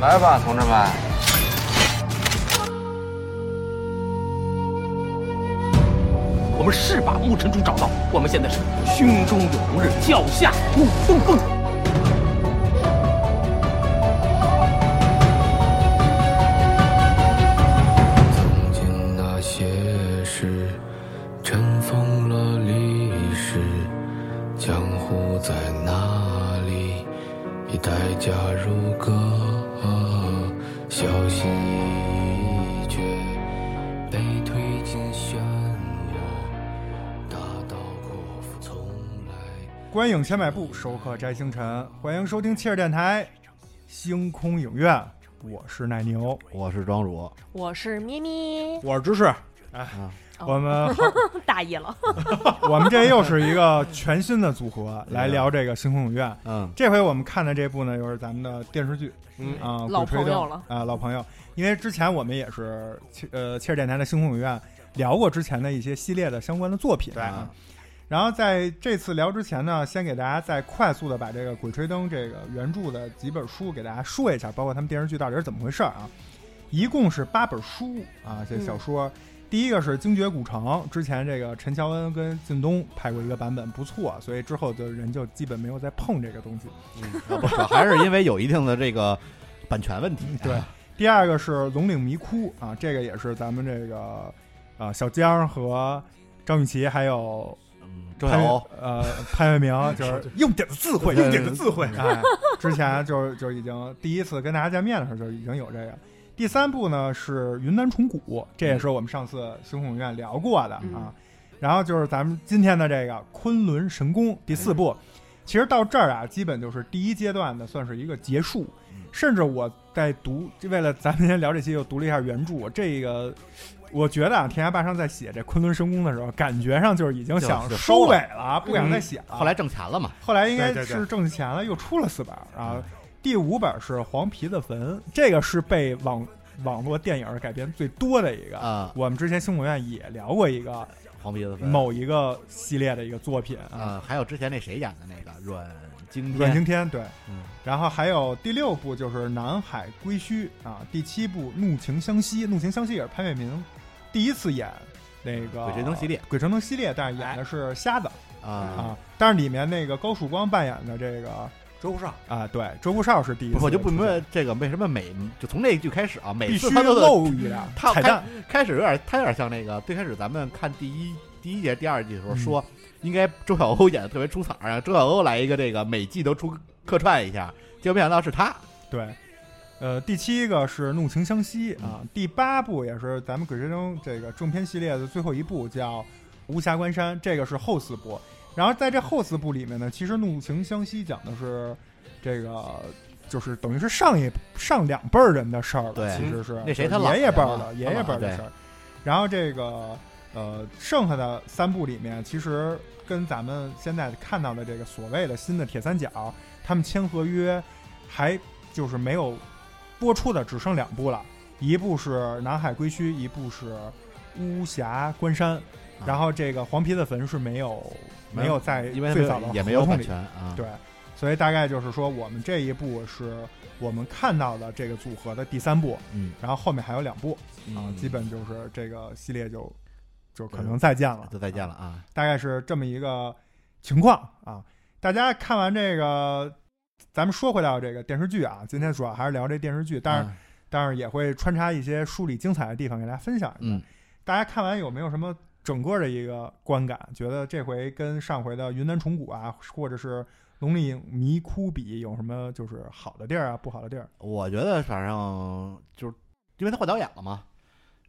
来吧，同志 们。我们是把木尘珠找到，我们现在是胸中有日，脚下无风风。曾啊经那些事，尘封了历史。江湖在哪里？已待价如歌，小心翼翼却被推进漩涡，大刀阔斧从来。观影千百步，收客摘星辰。欢迎收听切尔电台星空影院，我是奶牛，我是庄主，我是咪咪，我是芝士。哎哦我们 大意了， 我们这又是一个全新的 组合来聊这个星空影院。哎嗯，这回我们看的这部呢，又是咱们的电视剧，嗯啊，老鼓吹的朋友了啊，老朋友。因为之前我们也是切呃切尔电台的星空影院聊过之前的一些系列的相关的作品，对啊然后在这次聊之前呢，先给大家再快速的把这个《鬼吹灯》这个原著的几本书给大家说一下，包括他们电视剧到底是怎么回事儿啊。一共是八本书啊，这小说。第一个是《精绝古城》，之前这个陈乔恩跟靳东拍过一个版本，不错，所以之后的人就基本没有再碰这个东西。啊不，主还是因为有一定的这个版权问题。对，第二个是《龙岭迷窟》啊，这个也是咱们这个呃小江和张雨绮还有嗯，周潘晓粤鸥，呃潘粤明，就是 用点子智慧，对用点子智慧。哎，之前就是就是已经第一次跟大家见面的时候就已经有这个。第三部呢是《云南虫谷》，这也是我们上次星空影院聊过的、啊。然后就是咱们今天的这个《昆仑神功》第四部，其实到这儿啊，基本就是第一阶段的算是一个结束。嗯甚至我在读，为了咱们今天聊这期，又读了一下原著。这个我觉得啊，田家霸上在写这《昆仑神功》的时候，感觉上就是已经想就是收收了嗯尾了，不想再写了。后来挣钱了嘛？后来应该对对对嗯是挣钱了，又出了四本儿啊。第五本是《黄皮子坟》，这个是被网网络电影改编最多的一个啊我们之前星火院也聊过一个黄皮子坟某一个系列的一个作品啊，啊，还有之前那谁演的那个阮经阮天，经天对。嗯然后还有第六部就是《南海归墟》啊，第七部《怒情湘西》，《怒情湘西》也是潘粤明第一次演那个鬼吹灯系列《鬼吹灯》系列，但是演的是瞎子、啊，啊，但是里面那个高曙光扮演的这个周上。啊，对，周富少是第一次不出现，是，我就不明白这个为什么每就从那一句开始啊，每啊必次须他都得露一点他彩蛋，开始有点，他有点像那个最开始咱们看第一第一节、第二季的时候嗯说，应该周晓鸥演的特别出彩儿啊，周晓鸥来一个这个每季都出客串一下，结果没想到是他，啊对。呃，第七个是《怒情湘西》啊，第八部也是咱们《鬼吹灯》这个正片系列的最后一部，叫《无暇关山》，这个是后四部。然后在这后四部里面呢，其实《怒情湘西》讲的是这个，就是等于是上一上两辈儿人的事儿了，对其实是那谁啊就是他姥爷爷辈爷儿嘛的爷爷辈他儿姥的爷事儿。然后这个呃，剩下的三部里面，其实跟咱们现在看到的这个所谓的新的铁三角，他们签合约还就是没有播出的只剩两部了，一部是《南海归墟》，一部是《巫峡关山》啊然后这个《黄皮子坟》是没有没有在因为最早的也没有合同版里权啊，对，所以大概就是说，我们这一部是我们看到的这个组合的第三部，嗯然后后面还有两部啊，嗯基本就是这个系列就就可能再见了，就再见了啊，大概是这么一个情况啊。大家看完这个，咱们说回到这个电视剧啊，今天主要还是聊这电视剧，但是、啊但是也会穿插一些书里精彩的地方给大家分享一下。嗯大家看完有没有什么整个的一个观感？觉得这回跟上回的云南虫谷啊，或者是龙岭迷窟比，有什么就是好的地儿啊，不好的地儿？我觉得反正就是因为他换导演了嘛，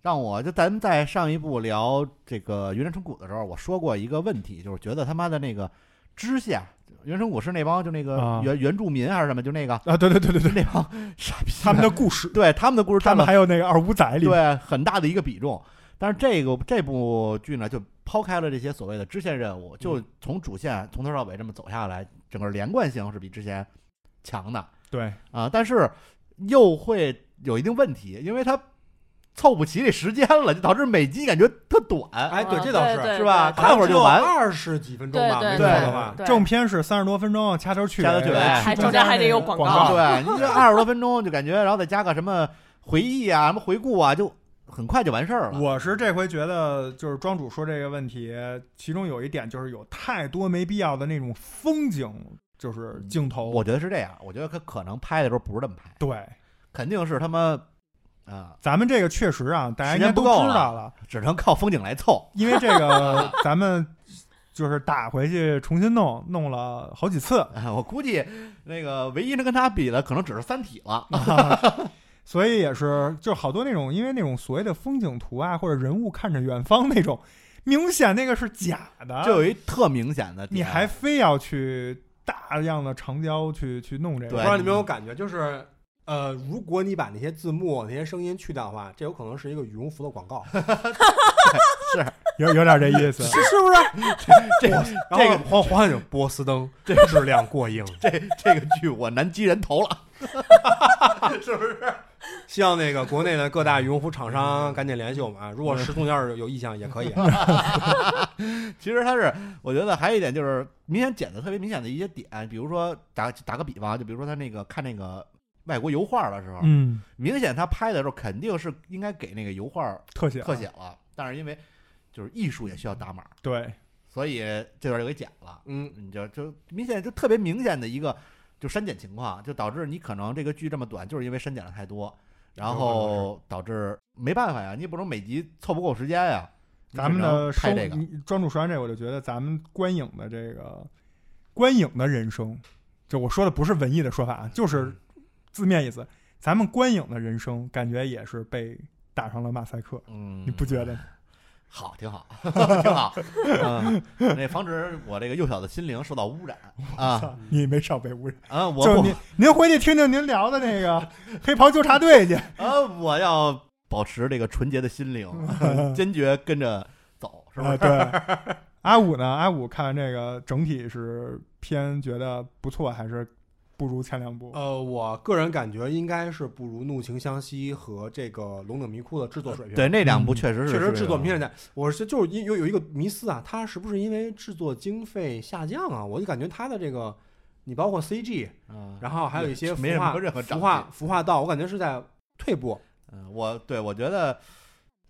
让我就咱们在上一部聊这个《云山春谷》的时候，我说过一个问题，就是觉得他妈的那个知县，原生谷是那帮就那个啊原、原住民还是什么，就那个 啊，对对对对就对，那帮傻逼，他们的故事，对他们的故事他占们了还有那个二五仔里面，对很大的一个比重。但是这个这部剧呢，就抛开了这些所谓的支线任务，就嗯从主线从头到尾这么走下来，整个连贯性是比之前强的。对啊，但是又会有一定问题，因为它凑不齐这时间了，就导致每集感觉特短，啊 哎，对，嗯这倒对是，是吧？对看会儿就完。二十几分钟吧，对对没错对的话，对正片是三十多分钟，掐头去尾，掐头去尾还去中间还得有广广告告，对，你这二十多分钟就感觉，然后再加个什么回忆啊、什么回顾啊，就很快就完事儿了。我是这回觉得，就是庄主说这个问题，其中有一点就是有太多没必要的那种风景，就是镜头。我觉得是这样，我觉得可可能拍的时候不是这么拍，对，肯定是他妈啊，咱们这个确实啊，大家应该时间不都够知了道了，只能靠风景来凑。因为这 个咱们就是打回去重新弄，弄了好 几次，哎，我估计那个唯一能跟他比的，可能只是《三体》了。所以也是就好多那种，因为那种所谓的风景图啊，或者人物看着远方那种，明显那个是假的，就有一特明显的点，啊你还非要去大量的长焦去去弄这我个不对知，道你有没有感觉，就是呃，如果你把那些字幕、那些声音去掉的话，这有可能是一个羽绒服的广告，是有有点这 意思。是不是？这我这然个后黄黄景波司登，这质量过 硬，这这个剧我南极人头了，是不是？希望那个国内的各大羽绒服厂商赶紧联系我们啊！如果实中间有有意向也可以，啊 其实它是，我觉得还有一点就是明显剪的特别明显的一些点，比如说打打个比方啊，就比如说他那个看那个外国油画的时候，嗯，明显他拍的时候肯定是应该给那个油画特写特写了，但是因为就是艺术也需要打码，对，所以这段就给剪了。嗯，你就就明显就特别明显的一个就删减情况，就导致你可能这个剧这么短，就是因为删减了太多，然后导致没办法呀，你也不能每集凑不够时间呀。你咱们只能的拍收这个，你庄主说完这，我就觉得咱们观影的这个观影的人生，就我说的不是文艺的说法啊，嗯就是字面意思。咱们观影的人生，感觉也是被打上了马赛克，嗯，你不觉得？好，挺好， 挺好，嗯，那防止我这个幼小的心灵受到污染啊你没少被污染。啊！我就是不您，您回去听听您聊的那个《黑袍纠察队》去。啊，我要保持这个纯洁的心灵，坚决跟着走， 是不啊，是？对。阿五呢？阿五看完这个整体是偏觉得不错，还是不如前两部？呃，我个人感觉应该是不如《怒晴湘西》和这个《龙岭迷窟》的制作水平。对，那两部确实是嗯确实制作是明显在，我是就是因有有一个迷思啊，它是不是因为制作经费下降啊？我就感觉它的这个，你包括 CG，嗯，然后还有一些也服没什化么任何长服化服化道，我感觉是在退步。嗯，我对我觉得，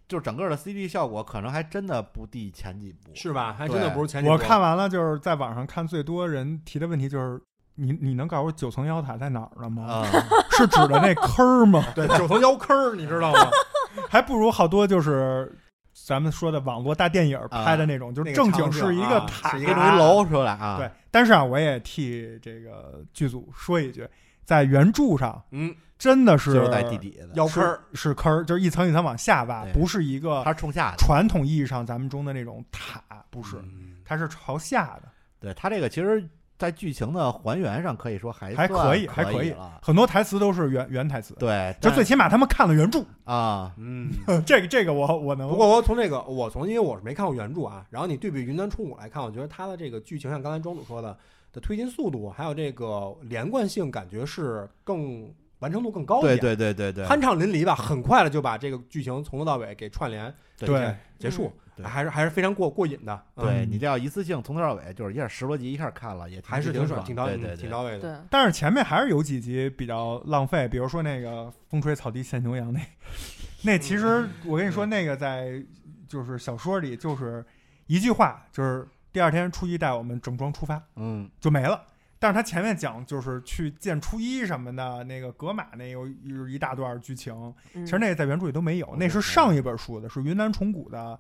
就整个的 CG 效果可能还真的不敌前几部。是吧？还真的对不如前几我部看完了，就是在网上看最多人提的问题就是。你你能告诉我九层妖塔在哪儿了吗？啊，是指的那坑儿吗？ 对九层妖坑儿，你知 道吗？还不如好多就是咱们说的网络大电影拍的那种，就是那个正场经景是一啊个塔，是一一个个东西楼出来啊，对，，但是啊，我也替这个剧组说一句，在原著上嗯，真的是就是在地底的，妖坑儿，是是坑儿，就是一层一层往下挖，对不是一个它是冲下的。传统意义上咱们中的那种塔，不是，嗯它是朝下的。对它这个其实，在剧情的还原上可以说还还还可以以，还可以了。很多台词都是原原台词，对，就但最起码他们看了原著，啊，哎嗯。这个这个我我能。不过我从这个，我从因为我是没看过原著啊，然后你对比《云南出谷》来看，我觉得它的这个剧情，像刚才庄主说的，的推进速度还有这个呃连贯性，感觉是更完成度更高一对点。对对对对，酣畅淋漓吧， 很快的就把这个剧情从头到尾给串联对，结束，嗯对还是还是非常过过瘾的，嗯对嗯你这要一次性从头到尾，就是一下十多集一下看了，也还是挺爽，挺到对对挺对，到位的。对，但是前面还是有几集比较浪费，比如说那个“风吹草低见牛羊”那那，其实我跟你嗯说，那个在就是小说里就是一句话，就是第二天初一带我们整装出发嗯，就没了。但是他前面讲就是去见初一什么的，那个格玛那有有一大段剧情，嗯其实那个在原著里都没有，嗯那是上一本书的，是云南虫谷的，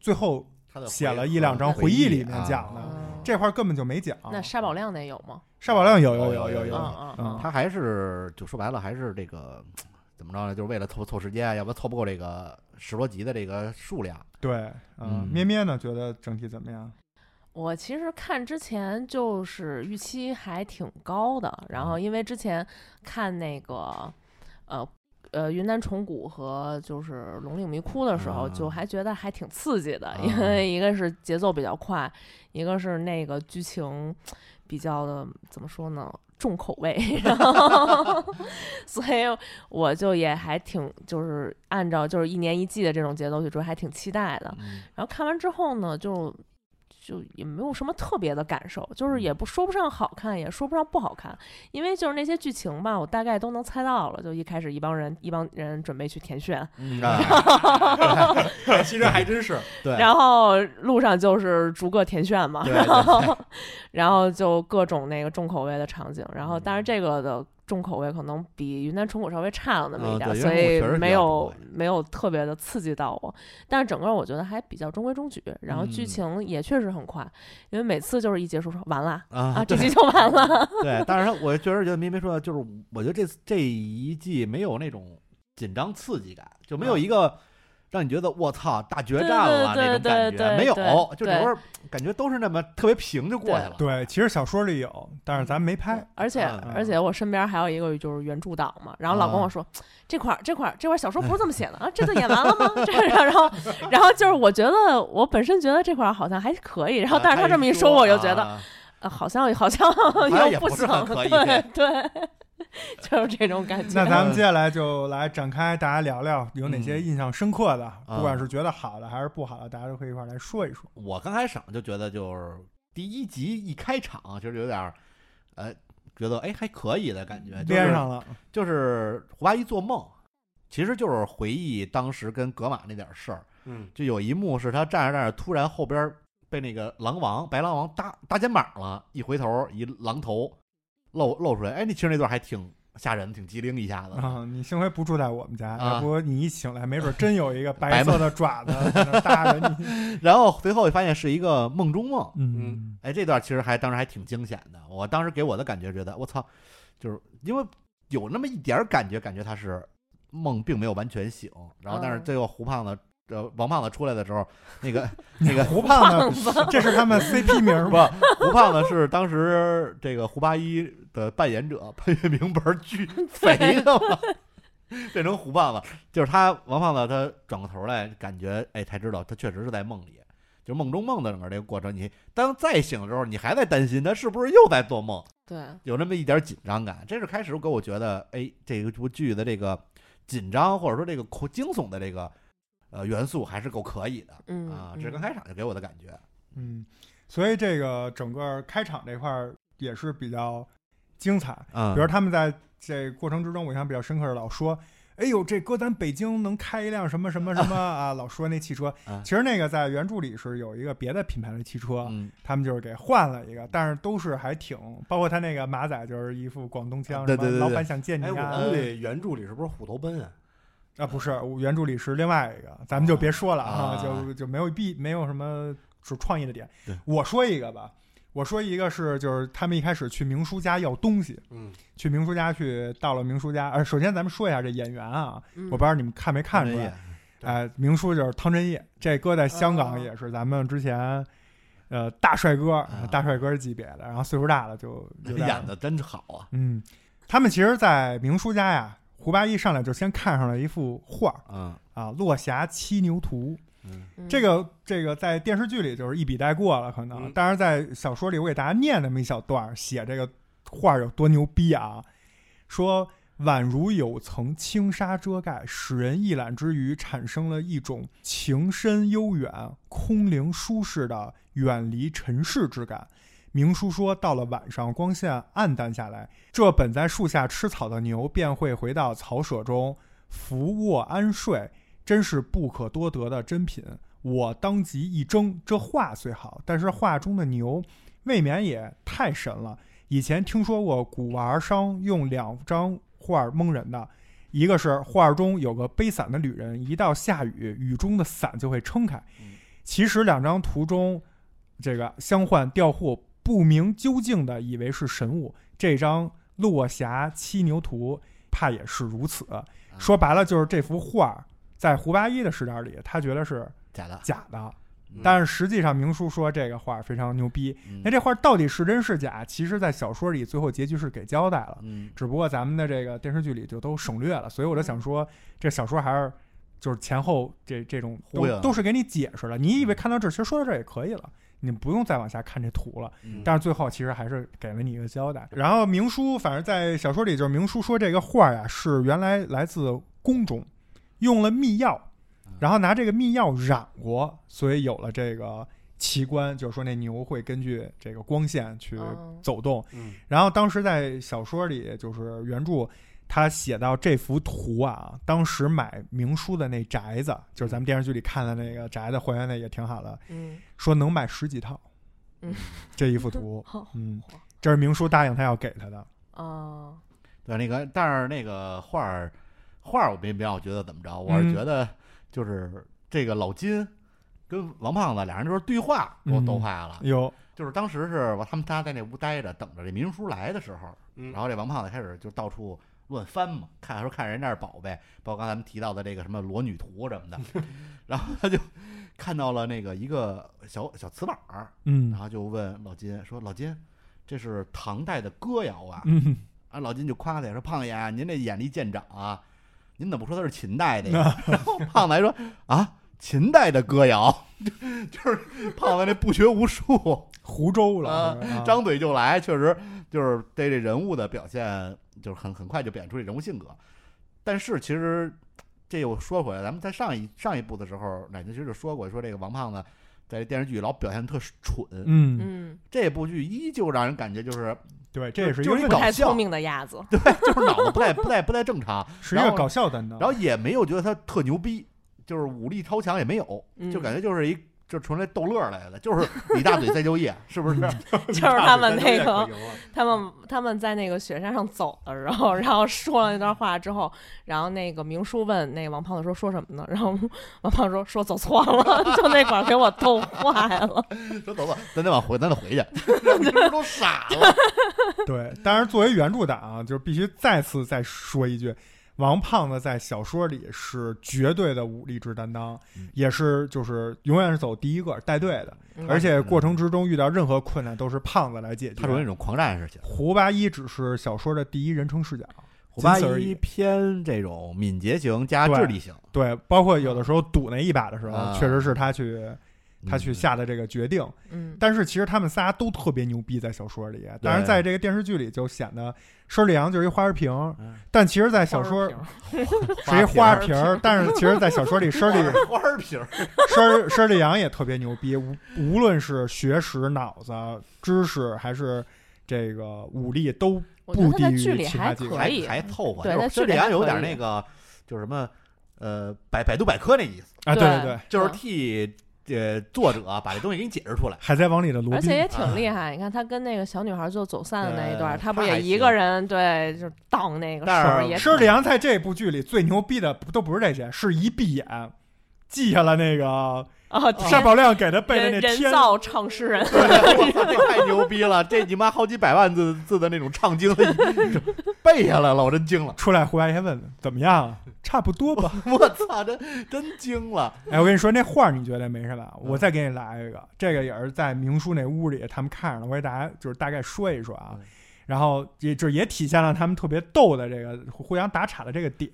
最后它的写回了一两张回回忆忆里面啊讲的哦嗯这块儿根本就没讲。那沙宝亮那有吗？沙宝亮有有有有有有嗯嗯嗯嗯，他还是就说白了，还是这个怎么着呢？就是为了凑凑时间啊，要不凑不够这个十多集的这个数量。对，嗯嗯，咩咩呢？觉得整体怎么样？我其实看之前就是预期还挺高的，然后因为之前看那个，呃呃云南虫谷和就是龙岭迷窟的时候，啊就还觉得还挺刺激的啊，因为一个是节奏比较快，一个是那个剧情比较的怎么说呢，重口味，然后所以我就也还挺就是按照就是一年一季的这种节奏去追，还挺期待的。嗯然后看完之后呢，就就也没有什么特别的感受，就是嗯也不说不上好看，也说不上不好看，因为就是那些剧情吧，我大概都能猜到了。就一开始一帮人一帮人准备去填选，嗯啊， 其实还真是，对，然后路上就是逐个填选 嘛，哎对然后 然后就各种那个重口味的场景，然后但是这个的。重口味可能比云南虫谷稍微差了那么一嗯点儿，对所云以南虫谷确实比没较有重口没有特别的刺激到我。但是整个我觉得还比较中规中矩，然后剧嗯情也确实很快，因为每次就是一结束说完了啊啊，这对集就完了。 对，但是他我确实觉得明明说，就是我觉得这次这一季没有那种紧张刺激感，就没有一个让你觉得我操大决对战了嗯对那种对感对觉，没有对，就整个感觉都是那么特别平就过去了。对，其实小说里有，但是咱没拍。而且、嗯而且我身边还有一个就是原著党嘛，然后老跟我说、这块儿这块儿这块儿小说不是这么写的 啊，这就演完了吗？这然后然后就是我觉得我本身觉得这块儿好像还可以，然后啊但是他这么一说，我就觉得、啊呃好像好像像又也不是行很了，可以对对，就是这种感那觉。嗯咱们接下来就来展开，大家聊聊有哪些印象深刻的，嗯不管是觉得好的还是不好的，大家都可以一块儿来说一说。我刚开始就觉得就是第一集一开场就是有点儿，呃，觉得哎还可以的感觉，就是连上了，就是胡八一做梦，其实就是回忆当时跟格玛那点事儿。嗯，就有一幕是他站着站着，突然后边被那个狼王白狼王搭搭肩膀了，一回头一狼头露露出来，哎，那其实那段还挺吓人，挺机灵一下子。啊，你幸亏不住在我们家，啊要不你一醒来，没准真有一个白白梦色的爪子在那搭着 你。然后最后发现是一个梦中梦，嗯，哎，这段其实还当时还挺惊险的。我当时给我的感觉觉得，我操，就是因为有那么一点儿感觉，感觉他是梦并没有完全醒。然后但啊是嗯最后胡胖子。呃，王胖子出来的时候，那个 那 个胡胖子，这是他们 CP 名儿不 吗？，胡胖子是当时这个胡八一的扮演者，潘粤明不是 巨肥的吗？变成胡胖子，就是他王胖子，他转过头来，感觉哎，才知道他确实是在梦里，就是梦中梦的整个这个过程。你当再醒的时候，你还在担心他是不是又在做梦，对，有那么一点紧张感。这是开始给我觉得，哎，这个部剧的这个紧张或者说这个恐惊悚的这个呃元素还是够可以的嗯啊。嗯这刚开场就给我的感觉，嗯，所以这个整个开场这块儿也是比较精彩。嗯，比如他们在这过程之中，我印象比较深刻的老说：“哎呦，这搁咱北京能开一辆什么什么什 么啊！”老说那汽车啊，其实那个在原著里是有一个别的品牌的汽车，嗯，他们就是给换了一个，但是都是还挺，包括他那个马仔就是一副广东腔，啊对什对么对呃对老板想见你哎，我啊估计原著里是不是虎头奔啊？啊，不是原著里是另外一个，咱们就别说了啊，啊就就没有必没有什么主创意的点对。我说一个吧，我说一个是就是他们一开始去明叔家要东西，嗯，去明叔家去，到了明叔家，呃，首先咱们说一下这演员啊，嗯我不知道你们看没看出来，哎、明叔就是汤镇业，这哥在香港也是咱们之前，呃，大帅哥，啊哎大帅哥级别的，然后岁数大了就有点演的真好啊。嗯，他们其实，在明叔家呀，胡八一上来就先看上了一幅画儿嗯啊，《落霞七牛图》。嗯这个这个在电视剧里就是一笔带过了，可能，嗯但是在小说里我给大家念那么一小段儿，写这个画儿有多牛逼啊，说宛如有层轻纱遮盖，使人一览之余产生了一种情深悠远、空灵舒适的远离尘世之感。明叔说，到了晚上，光线暗淡下来，这本在树下吃草的牛便会回到草舍中伏卧安睡，真是不可多得的珍品。我当即一怔，这画虽好，但是画中的牛未免也太神了。以前听说过古玩商用两张画蒙人的，一个是画中有个背伞的旅人，一到下雨，雨中的伞就会撑开嗯。其实两张图中这个相换调互，不明究竟的以为是神物。这张《落霞七牛图》怕也是如此。说白了就是这幅画儿在胡八一的视角里，他觉得是假的，假的嗯，但是实际上明叔说这个画儿非常牛逼。嗯那这画儿到底是真是假？其实，在小说里最后结局是给交代了，嗯只不过咱们的这个电视剧里就都省略了。所以我就想嗯说，这小说还是就是前后这这种忽悠都都是给你解释了。你以为看到这儿，其实说到这儿也可以了。你不用再往下看这图了。嗯但是最后其实还是给了你一个交代。然后明叔，反正在小说里就是明叔说这个画呀、是原来来自宫中，用了秘药，然后拿这个秘药染过，所以有了这个奇观，就是说那牛会根据这个光线去哦走动。嗯然后当时在小说里，就是原著他写到这幅图啊，当时买明叔的那宅子，就是咱们电视剧里看的那个宅子，还原的也挺好的，嗯说能买十几套，嗯，这一幅图，好嗯，这是明叔答应他要给他的，啊，对那个，但是那个画儿画儿我没必要觉得怎么着，我是嗯觉得就是这个老金跟王胖子俩人就是对话给我逗嗯坏了，有，就是当时是我他们仨在那屋待着，等着这明叔来的时候，嗯然后这王胖子开始就到处乱翻嘛，看说看人那儿宝贝，包括刚才咱们提到的这个什么裸女图什么的， 然后他就看到了那个一个小小瓷板儿，嗯然后就问老金说：“老金，这是唐代的歌谣啊？”嗯， 啊，老金就夸他说：“胖爷啊，您这眼力见长啊，您怎么不说他是秦代的 呀？”然后胖子还说：“啊，秦代的歌谣， 就是胖子那不学无术，湖州了，是吧啊张嘴就来，确实就是对这人物的表现，就是很很快就表现出这人物性格。但是其实这又说回来，咱们在上一上一部的时候，奶牛其实就说过，说这个王胖子在电视剧老表现特蠢，嗯，嗯，这部剧依旧让人感觉就是对，这也是一就个是问不题搞太笑聪明的鸭子，就是脑子不太不太不太正 常。是一然个后搞笑担当，然后也没有觉得他特牛逼，就是武力超强也没有，嗯就感觉就是一就纯来逗乐儿来的，就是李大嘴再就业， 是不是？ 就是他们这那也啊个可赢了 他们他们在那个雪山上走的时候，然后说了那段话之后，然后那个明叔问那个王胖子说说什么呢？然后 王胖子说说走错了， 就那会儿给我逗坏了。 说走吧，咱得往回，咱得 回去，让这人都傻了。对，当然作为原著党啊，就是必须再次再说一句，王胖子在小说里是绝对的武力值担当，嗯也是就是永远是走第一个带队的，嗯而且过程之中遇到任何困难都是胖子来解 决他。属于那种狂战士型，胡八一只是小说的第一人称视角，胡八仅此而已一偏这种敏捷型加智力型，对，包括有的时候赌那一把的时候，嗯啊确实是他去他去嗯下的这个决定。嗯但是其实他们仨都特别牛逼，在小说里，当然在这个电视剧里就显得施里阳就是一花瓶儿嗯，但其实，在花小儿说瓶儿是一花瓶瓶儿，但是其实，在小说 里，施里儿花儿瓶儿， 施施里阳也特别牛逼，无无论是学识、脑子、知识，还是这个武力，都我觉得不他在低于剧里其还他几个可还以，还凑合。对就是在这智里力还还有点可以那个，就是什么呃百百度百科那意思，啊，对对对，就是嗯替呃作者把这东西给你解释出来。海贼王里的罗啊而且宾也挺厉害。你看他跟那个小女孩就走散的那一段，呃他不他是也还一个人对，就是当那个但手是儿也施里阳在这部剧里最牛逼的不都不是这些，是一闭眼记下了那个啊，沙天宝亮给他背的那人人天造唱诗人， 我操，这太牛逼了！这你妈好几百万字字的那种唱经的， 背下来了，我真惊了！出来，胡八一还问怎么样，啊差不多吧。我操，真真惊了！哎，我跟你说，那画儿你觉得没什么？我再给你来一个，这个也是在明叔那屋里，他们看着了，我给大家就是大概说一说啊嗯。然后也就是也体现了他们特别逗的这个互相打岔的这个点，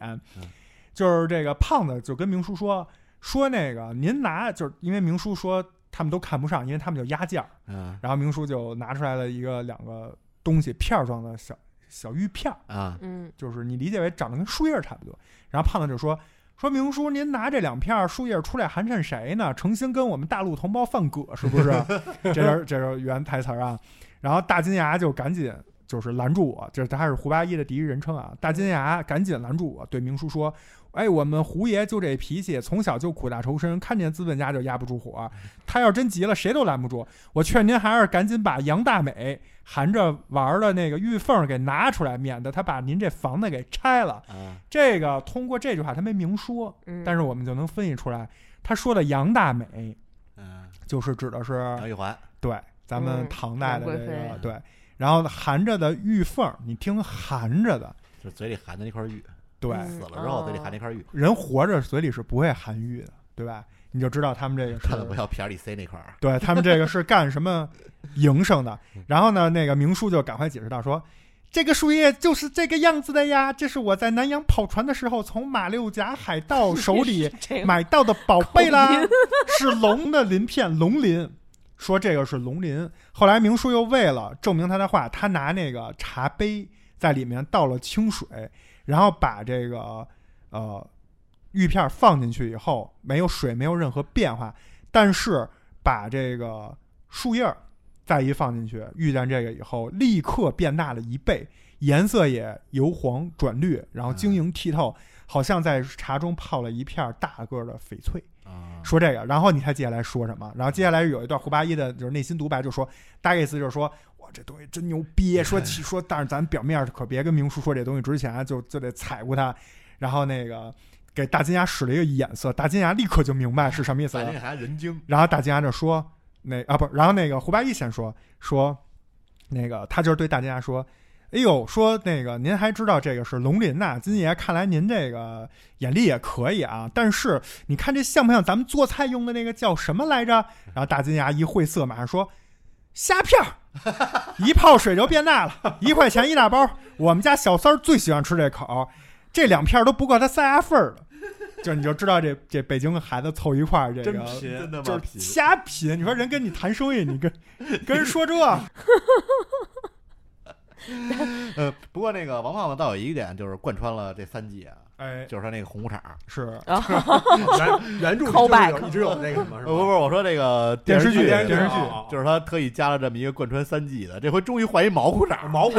就是这个胖子就跟明叔说说那个您拿，就是因为明叔说他们都看不上，因为他们就压价儿，嗯然后明叔就拿出来了一个两个东西片儿状的小小玉片儿，啊，嗯就是你理解为长得跟树叶儿差不多。然后胖子就说：“说明叔，您拿这两片树叶儿出来寒碜谁呢？诚心跟我们大陆同胞犯葛是不是？” 这是这是原台词儿啊。然后大金牙就赶紧就是拦住我，这他是胡八一的第一人称啊。大金牙赶紧拦住我，对明叔说：“哎，我们胡爷就这脾气，从小就苦大仇深，看见资本家就压不住火。他要真急了，谁都拦不住。我劝您还是赶紧把杨大美含着玩儿的那个玉凤给拿出来，免得他把您这房子给拆了。啊这个通过这句话他没明说，嗯，但是我们就能分析出来，他说的杨大美嗯，就是指的是杨玉环，对咱们嗯唐代的这杨贵个妃对，然后含着的玉凤，你听含着的，就是嘴里含的那块玉，对，嗯死了之后嘴里含那块玉，人活着嘴里是不会含玉的，对吧？你就知道他们这个是看的不要眼里塞那块儿。 对他们这个是干什么营生的？然后呢，那个明叔就赶快解释到说，这个树叶就是这个样子的呀，这是我在南洋跑船的时候从马六甲海盗手里 这个买到的宝贝啦 口音，是龙的鳞片，龙鳞。说这个是龙鳞。后来明叔又为了证明他的话，他拿那个茶杯在里面倒了清水，然后把这个呃玉片放进去以后，没有水，没有任何变化，但是把这个树叶儿再一放进去，遇见这个以后，立刻变大了一倍，颜色也由黄转绿，然后晶莹剔透，好像在茶中泡了一片大个儿的翡翠。 啊，说这个，然后你看接下来说什么？然后接下来有一段胡八一的就是内心独白，就说大概意思就是说，哇，这东西真牛逼，说起说，但是咱表面可别跟明叔说这东西值钱啊，就就得踩过它。然后那个给大金牙使了一个眼色，大金牙立刻就明白是什么意思反了正。还人精，然后大金牙就说那啊不，然后那个胡八一先说说那个他就是对大金牙说。哎呦，说那个，您还知道这个是龙鳞呐、金爷，看来您这个眼力也可以啊。但是你看这像不像咱们做菜用的那个叫什么来着？然后大金牙一晦涩，马上说虾片儿， 一泡水就变大了，一块钱一大包。我们家小三儿最喜欢吃这口儿，这两片儿都不够他塞牙缝儿的。就你就知道这这北京孩子凑一块儿，这个真的就吗？是瞎品。你说人跟你谈生意，你跟跟人说这，呃，不过那个王胖子倒有一点就是贯穿了这三季啊，哎，就是他那个红裤衩儿。是原原著里就是 Callback 有一直有那 个什么，是呃，不是，吧？我说这个电视视剧电电视剧就是他特意加了这么一个贯穿三季的，这回终于换一毛裤衩儿，毛骨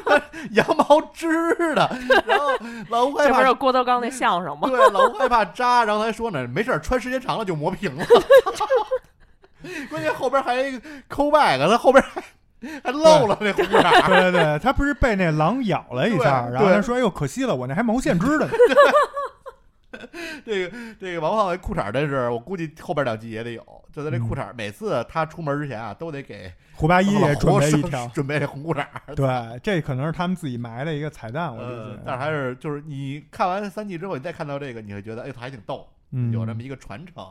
羊毛织的，然后老吴害这不怕是郭德纲那相声吗？对，老吴害怕扎，然后他还说呢，没事儿，穿时间长了就磨平了。 关键后边还抠 back，他后边还还露了那胡茬儿。对对对，他不是被那狼咬了一下，对然后他对说：“哎呦，可惜了，我那还毛线 织的呢。这个这个王胖那裤衩儿真是，我估计后边两季也得有。就他这裤衩儿，每次他出门之前啊，都得给”胡八一嗯也准老备胡一手，条准备这红裤衩儿。对，这可能是他们自己埋的一个彩蛋，我理呃解。，但是还是就是你看完三季之后，你再看到这个，你会觉得哎，他还挺逗，嗯有这么一个传承。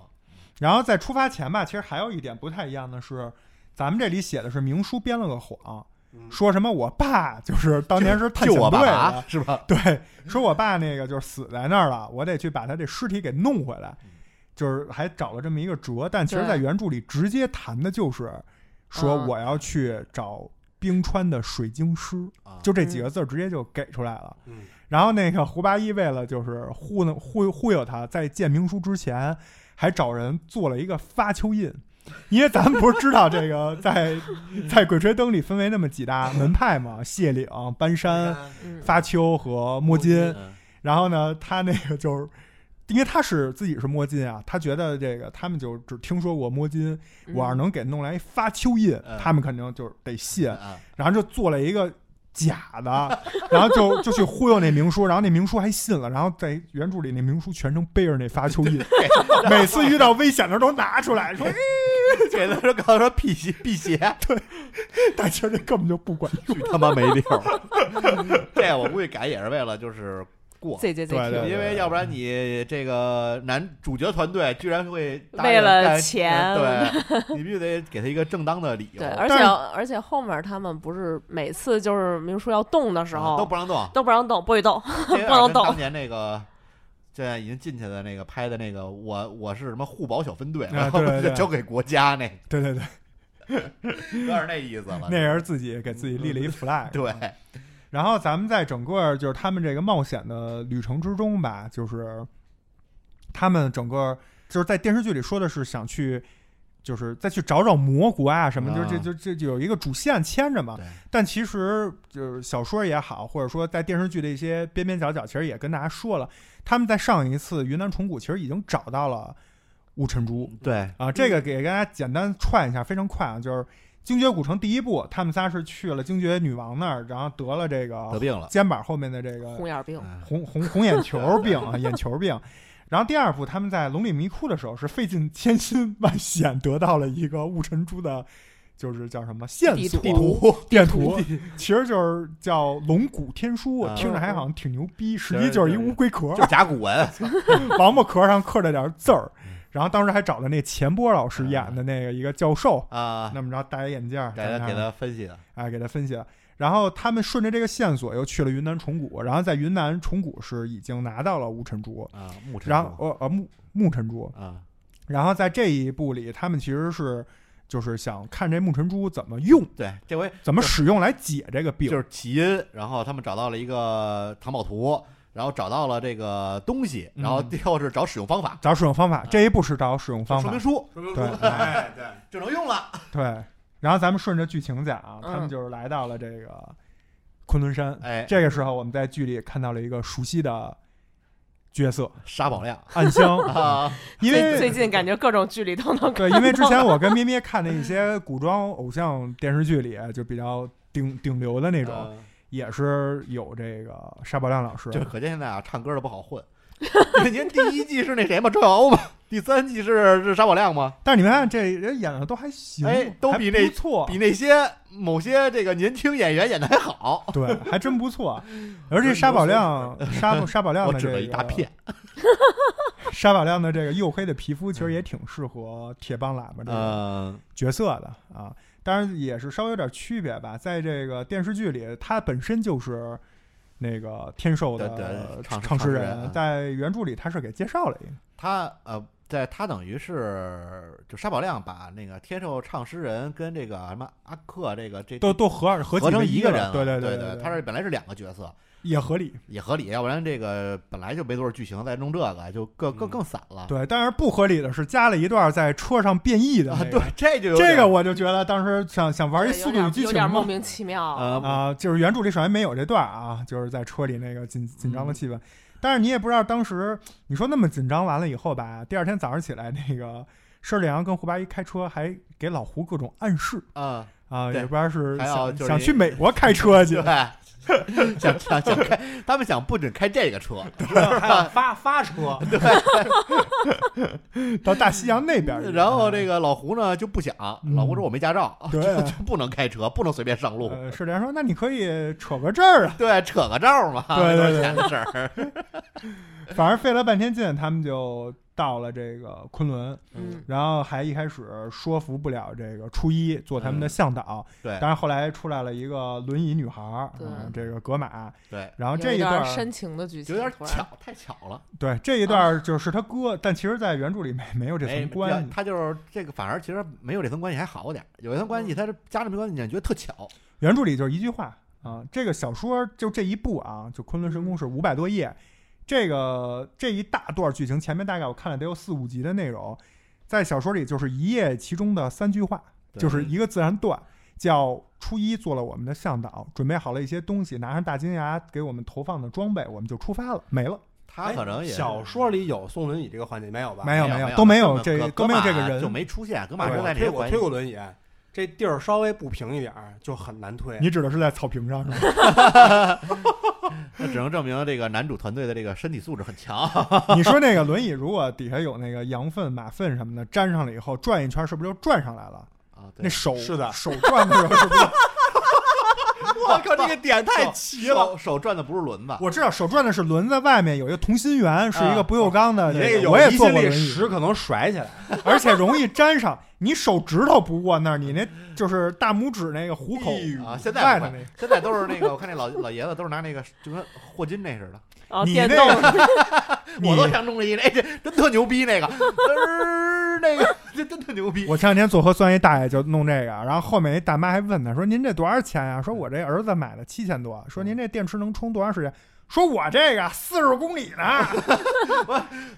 然后在出发前吧，其实还有一点不太一样的是，咱们这里写的是明叔编了个谎，说什么我爸就是当年是探嗯就险我队爸啊的爸，是 吧？ 对，说我爸那个就是死在那儿了，我得去把他这尸体给弄回来，就是还找了这么一个辙。但其实，对在原著里直接谈的就是说嗯我要去找冰川的水晶师，啊就这几嗯个字儿直接就给出来了。嗯然后那个胡八一为了就是糊弄忽忽悠他，在见明叔之前，还找人做了一个发丘印。因为咱们不是知道这个在在《鬼吹灯》里分为那么几大门派嘛，谢岭、搬山、嗯，发丘和摸金。嗯然后呢，他那个就是，因为他是自己是摸金啊，他觉得这个他们就只听说过摸金，嗯我要是能给弄来一发丘印，嗯他们肯定就是得信，啊，然后就做了一个假的， 然后就就去忽悠那明叔，然后那明叔还信了，然后在原著里那明叔全程背着那发丘 印，每次遇到危险的时候都拿出来说，哎给他说告诉他辟邪辟邪，但其实这根本就不管用。巨他妈没溜儿。这个我估计改也是为了就是过， Z Z 对 Z，对因为要不然你这个男主角团队居然会答应为了干钱对你必须得给他一个正当的理由，啊对，而且但是而且后面他们不是每次就是明叔要动的时啊候都不让动， 都不让动，不许动，不能动当年那个。现在已经进去的那个拍的那个，我我是什么互保小分队，啊然后对 对就对交给国家那， 对对对，有点那意思了。那人嗯自己给自己立了一 flag。对，然后咱们在整个就是他们这个冒险的旅程之中吧，就是他们整个就是在电视剧里说的是想去，就是再去找找魔国啊什么，啊就是这就这就有一个主线牵着嘛对。但其实就是小说也好，或者说在电视剧的一些边边角角，其实也跟大家说了，他们在上一次云南虫谷其实已经找到了雾尘珠，对，啊，这个给大家简单串一下，非常快啊，就是精绝古城第一部，他们仨是去了精绝女王那儿，然后得了这得个病了，肩膀后面的这个红眼病，红红红眼球病啊，眼球病。然后第二部，他们在龙里迷窟的时候是费尽千辛万险得到了一个雾尘珠的，就是叫什么线地索图地图电图，其实就是叫龙骨天书，啊听着还好像挺牛逼，实际对就是一对乌龟壳，就是甲骨 文，王八壳上刻着点字儿，嗯然后当时还找了那钱波老师演的那个一个教授，啊，那么着戴着眼镜儿，给他站给那他儿分析的，哎给他分析了。然后他们顺着这个线索又去了云南虫谷，然后在云南虫谷是已经拿到了乌尘珠，啊，牧尘然后呃呃木木尘珠，啊，然后在这一部里，他们其实是就是想看这木尘珠怎么用，对，这回怎么使用来解这个病。就是起因，然后他们找到了一个藏宝图，然后找到了这个东西，然后嗯最后是找使用方法，找使用方法，这一步是找使用方啊说法明，书说明对书哎对，就能用了。对。然后咱们顺着剧情讲啊，他们嗯就是来到了这个昆仑山。哎，这个时候，我们在剧里看到了一个熟悉的角色沙宝 亮暗香， 啊，因最为最近感觉各种剧里都能对，因为之前我跟咩咩看的一些古装偶像电视剧里，就比较顶顶流的那种，呃也是有这个沙宝亮老师。就是可见现在啊，唱歌的不好混。 您第一季是那谁嘛，周晓鸥嘛，第三季是是沙宝亮嘛，但是你们看这人演的都还行，哎都还比那不错，比那些某些这个年轻演员演的还好。对，还真不 错。而且沙宝亮，沙沙宝亮我的指这了个一大片，沙宝亮的这个黝黑的皮肤，其实也挺适合铁棒喇嘛这个嗯，角色的啊。当然也是稍微有点区别吧，在这个电视剧里，他本身就是那个天寿对对的唱唱唱诗诗人啊人，在原著里他是给介绍了一个，他呃，在他等于是就沙宝亮把那个天寿唱诗人跟这个什么阿克这个这都都合二合合几成为一个个人了，对对对对，他是本来是两个角色，也合理。也合理，要不然这个本来就没多少剧情，再弄这个就更更嗯更散了。对，但是不合理的是加了一段在车上变异的啊那，个对，这就有这点个我就觉得当时想想玩一《速有度与点激有情点》莫嘛，名其妙。呃啊、就是原著里首先没有这段啊，就是在车里那个紧紧张的气嗯氛。但是你也不知道当时你说那么紧张完了以后吧，第二天早上起来那个施里阳跟胡八一开车，还给老胡各种暗示啊，啊，对也不知道是还想有就是想去美 国开车去对，，想想想开，他们想不准开这个车，还有发发车，到大西洋那边去。然后这个个老胡呢就不想，啊嗯老胡说我没驾照，对就就不能开车，不能随便上路，呃，施里阳说：“那你可以扯个证儿啊。 对，扯个照嘛，对对对多少钱的事 儿，”反正费了半天劲，他们就到了这个昆仑。嗯，然后还一开始说服不了这个初一做他们的嗯向导，对当然后来出来了一个轮椅女孩儿，对嗯这个格玛，对，然后啊有这一段段儿深啊情的剧情，有点突然巧，太巧了，对这一段儿就是他哥，但其实，在原著里没没有这没层关系，他就是这个，反而其实没有这层关系还好点儿，有一层嗯关系，他是加上这关系，你就觉得特巧，原著里就是一句话啊，这个小说就这一部啊，就《昆仑神嗯宫》是五百多页，这个这一大段剧情前面大概我看了得有四五集的内容，在小说里就是一页其中的三句话，对就是一个自然段，叫初一做了我们的向导，准备好了一些东西，拿上大金牙给我们投放的装备，我们就出发了，没了，他可能也哎是哎小说里有送轮椅这个环节没有吧？没有没没有都没根有本这葛都没有葛这个玛人哎就没出现，格玛我就在这些推我环推过轮椅，这地儿稍微不平一点儿就很难推。你指的是在草坪上是吗？那只能证明这个男主团队的这个身体素质很 强。啊你说那个轮椅如果底下有那个羊粪、马粪什么的粘上了以后，转一圈是不是就转上来了？啊，对那手是的手转的时候是不是？我靠，这个点太齐了！手手转的不是轮子， 我知道手转的是轮子外面有一个同心圆，是一个不锈钢的你这这个，有我也离坐心过力轮椅，十可能甩起来， 而且容易粘上。你手指头不过那儿，你那就是大拇指那个虎口哎呦啊现在外不头会那个。现在都是那个，我看那老老爷子都是拿那个就跟霍金那似的，哦，你电那动个，你我都相中了一个，哎，这真特牛逼那个，呃，那个这真特牛逼。我前两天做核酸，一大爷就弄这个，然后后面一大妈还问他说：“您这多少钱呀、说：“我这儿子买的七千多。”说：“您这电池能充多长时间？”说：“我这个四十公里呢。”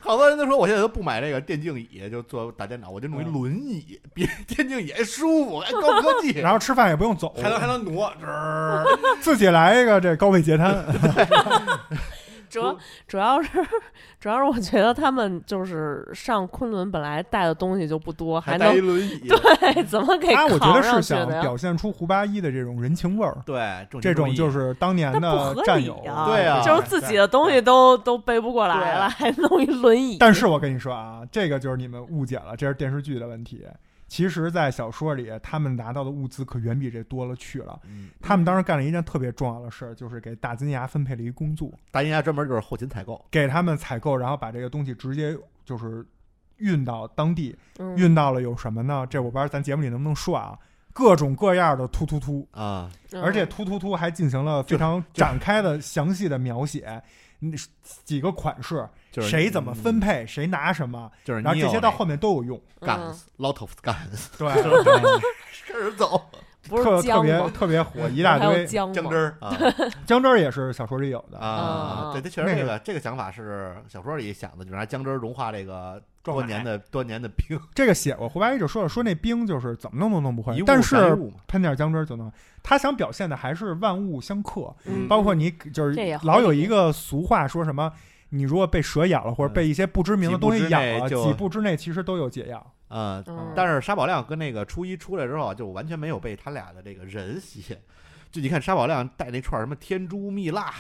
好多人都说我现在都不买这个电竞椅，就坐打电脑，我就嗯弄一轮椅，比 电竞椅还舒服，还高科技。然后吃饭也不用走，还能还能挪，这儿 自己来一个这高位 截瘫。主要主要是主要是我觉得他们就是上昆仑本来带的东西就不多，还带一能轮椅，对怎么给他我觉扛得是上去想的呀？表现出胡八一的这种人情味儿，对，重情这种重义就是当年但不的合战理友，呀对啊就是自己。的东西都都背不过对来啊了，还弄一轮椅。但是我跟你说啊，这个就是你们误解了，这是电视剧的问题。其实，在小说里，他们拿到的物资可远比这多了去了。嗯他们当时干了一件特别重要的事儿，就是给大金牙分配了一工嗯作，大金家专门就是后勤采购，给他们采购，然后把这个东西直接就是运到当地，嗯运到了有什么呢？这我不知道咱节目里能不能说啊，各种各样的突突突。啊，嗯而且突突突还进行了非常展开的详细的描写，你是几个款式，就是嗯谁怎么分，配，谁拿什么，就是然后这些到后面都有用。嗯 guns，lot of guns，对，跟人走不特是特姜别吗？特别火，一大还有堆。姜姜吗汁 儿啊姜汁儿也是小说里有的，啊，嗯对，他确实那这个个这个想法是小说里想的，就是拿姜汁儿融化这个撞多奶年的多年的冰，这个写过。胡八一就说了，说那冰就是怎么弄都弄不一会物，但降一是物嘛喷点姜汁儿就能。他想表现的还是万物相克，嗯包括你就是这也合理老有一个俗话说什么，你如果被蛇咬了，或者被一些不知名的东西咬几步了，之内就几步之内其实都有解药。。啊，嗯但是沙宝亮跟那个初一出来之后啊，就完全没有被他俩的这个人吸引。就你看沙宝亮带那串什么天珠蜜蜡，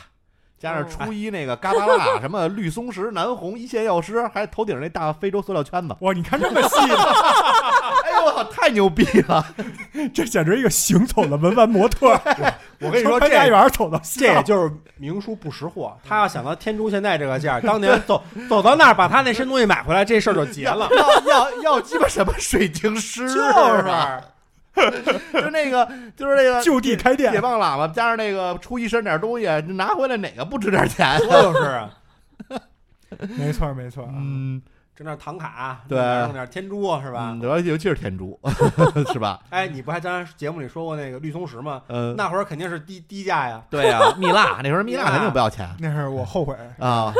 加上嗯哦初一那个嘎巴辣， 什么绿松石、南红一线药师，还有头顶那大非洲塑料圈 子哇，你看这么细的，哎呦我操，太牛逼了！。这简直一个行走的文玩模特。我我跟你说，潘家这园走到西这也藏，就是明叔不识货，他要想到天珠现在这个价儿，当年走走到那儿把他那身东西买回来，这事儿就结了 要要要鸡巴什么水晶师？就是啊，就那个就是那个就地开铁店。棒喇嘛，加上那个初一身点东西，拿回来哪个不值点钱？说 就是没错没错，嗯，整点唐卡，对弄点天珠啊是吧嗯，？主要尤其是天珠， 是吧？哎，你不还咱节目里说过那个绿松石吗？嗯，那会儿肯定是低低价呀，对呀、蜜 蜡那时候蜜蜡蜜蜡肯定不要钱那是我后悔啊，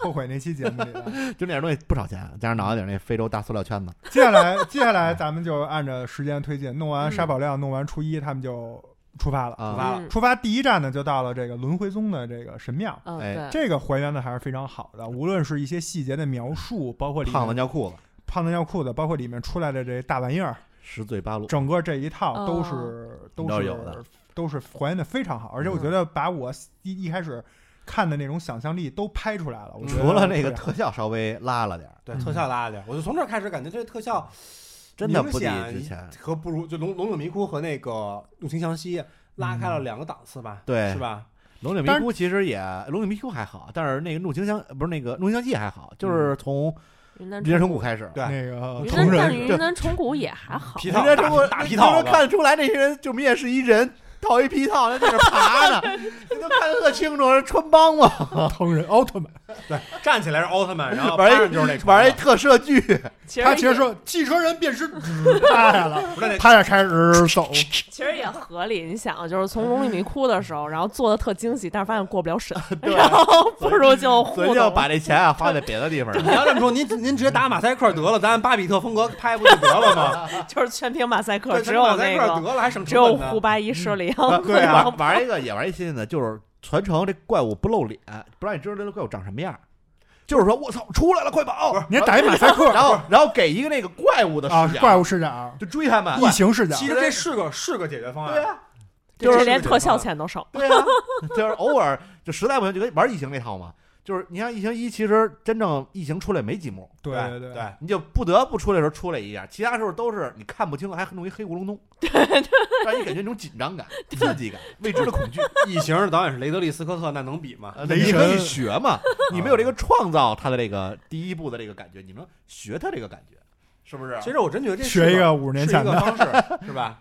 后悔那期节目里的。就那点东西不少钱，加上脑袋顶那非洲大塑料圈子，接下来接下来咱们就按照时间推进，弄完沙宝亮，弄完初一，他们就出发了。嗯啊出发了嗯出发第一站呢，就到了这个轮回宗的这个神庙。嗯，哎对，这个还原的还是非常好的，无论是一些细节的描述，包括里面胖子尿裤子，胖子尿裤子，包括里面出来的这大玩意儿，十罪八路，整个这一套都是、都都是哦是有的嗯都是还原的非常好，而且我觉得把我一一开始看的那种想象力都拍出来了。我觉啊得除了那个特特别好效稍微拉了点儿，对嗯特效拉点，我就从这儿开始感觉这特效真的明不及显之前。和不如就龙龙岭迷窟和那个怒晴湘西拉开了嗯两个档次吧，对是吧？龙岭迷当然窟其实也，龙岭迷窟还好，但是那个怒晴香不是那个怒晴香记还好，嗯就是从云南云山城谷开始。对那个云同南但是人云南虫谷也还好，皮云套山城谷大大皮你套都能看得出来，那些人就明显是一人套一皮套，在那儿爬呢，你都看得特清楚，是穿帮 嘛，同人奥特曼，对，站起来是奥特曼，然后玩一趴着就是那虫玩一子特摄剧，其实他其实也说 汽车人变身，嗯趴下了，不是那趴下开始走，其实也合理。你想，啊就是从龙里迷窟的时候，然后做的特精细，但是发现过不了审，对然后不如就糊所以要弄。把这钱啊花在别的地 哎方了。你要这么说，您您直接打马赛克得了，咱按巴比特风格拍不就得 了吗？就是全凭马赛克，对只咱有马赛那克个得了，还省只成有本呢胡。八一失里啊阳。对啊啊，玩一个也玩一新鲜的，就是传承这怪物不露脸，不让你知道这个怪物长什么样。就是说我操，出来了，快跑！你还打一马赛克，然后然后给一个那个怪物的啊视，角，怪物市长，就追他们。异形视角，其实这是个是个解决方案，对啊，就是这连特效钱都省。对啊， 就是偶尔就实在不行就跟玩异形那套嘛。就是你像异形一，其实真正异形出来没几幕，对对对，对，你就不得不出来的时候出来一下，其他时候都是你看不清，还弄一黑咕 隆咚，让你感觉那种紧张感、刺激感、未知的 恐惧。异形的导演是雷德利·斯科特，那能比吗？呃雷你可以神学嘛，你没有这个创造他的这个第一步的这个感觉，你能学他这个感觉，是不是？其实我真觉得这是学一个五十年是一前个的，方式，是吧？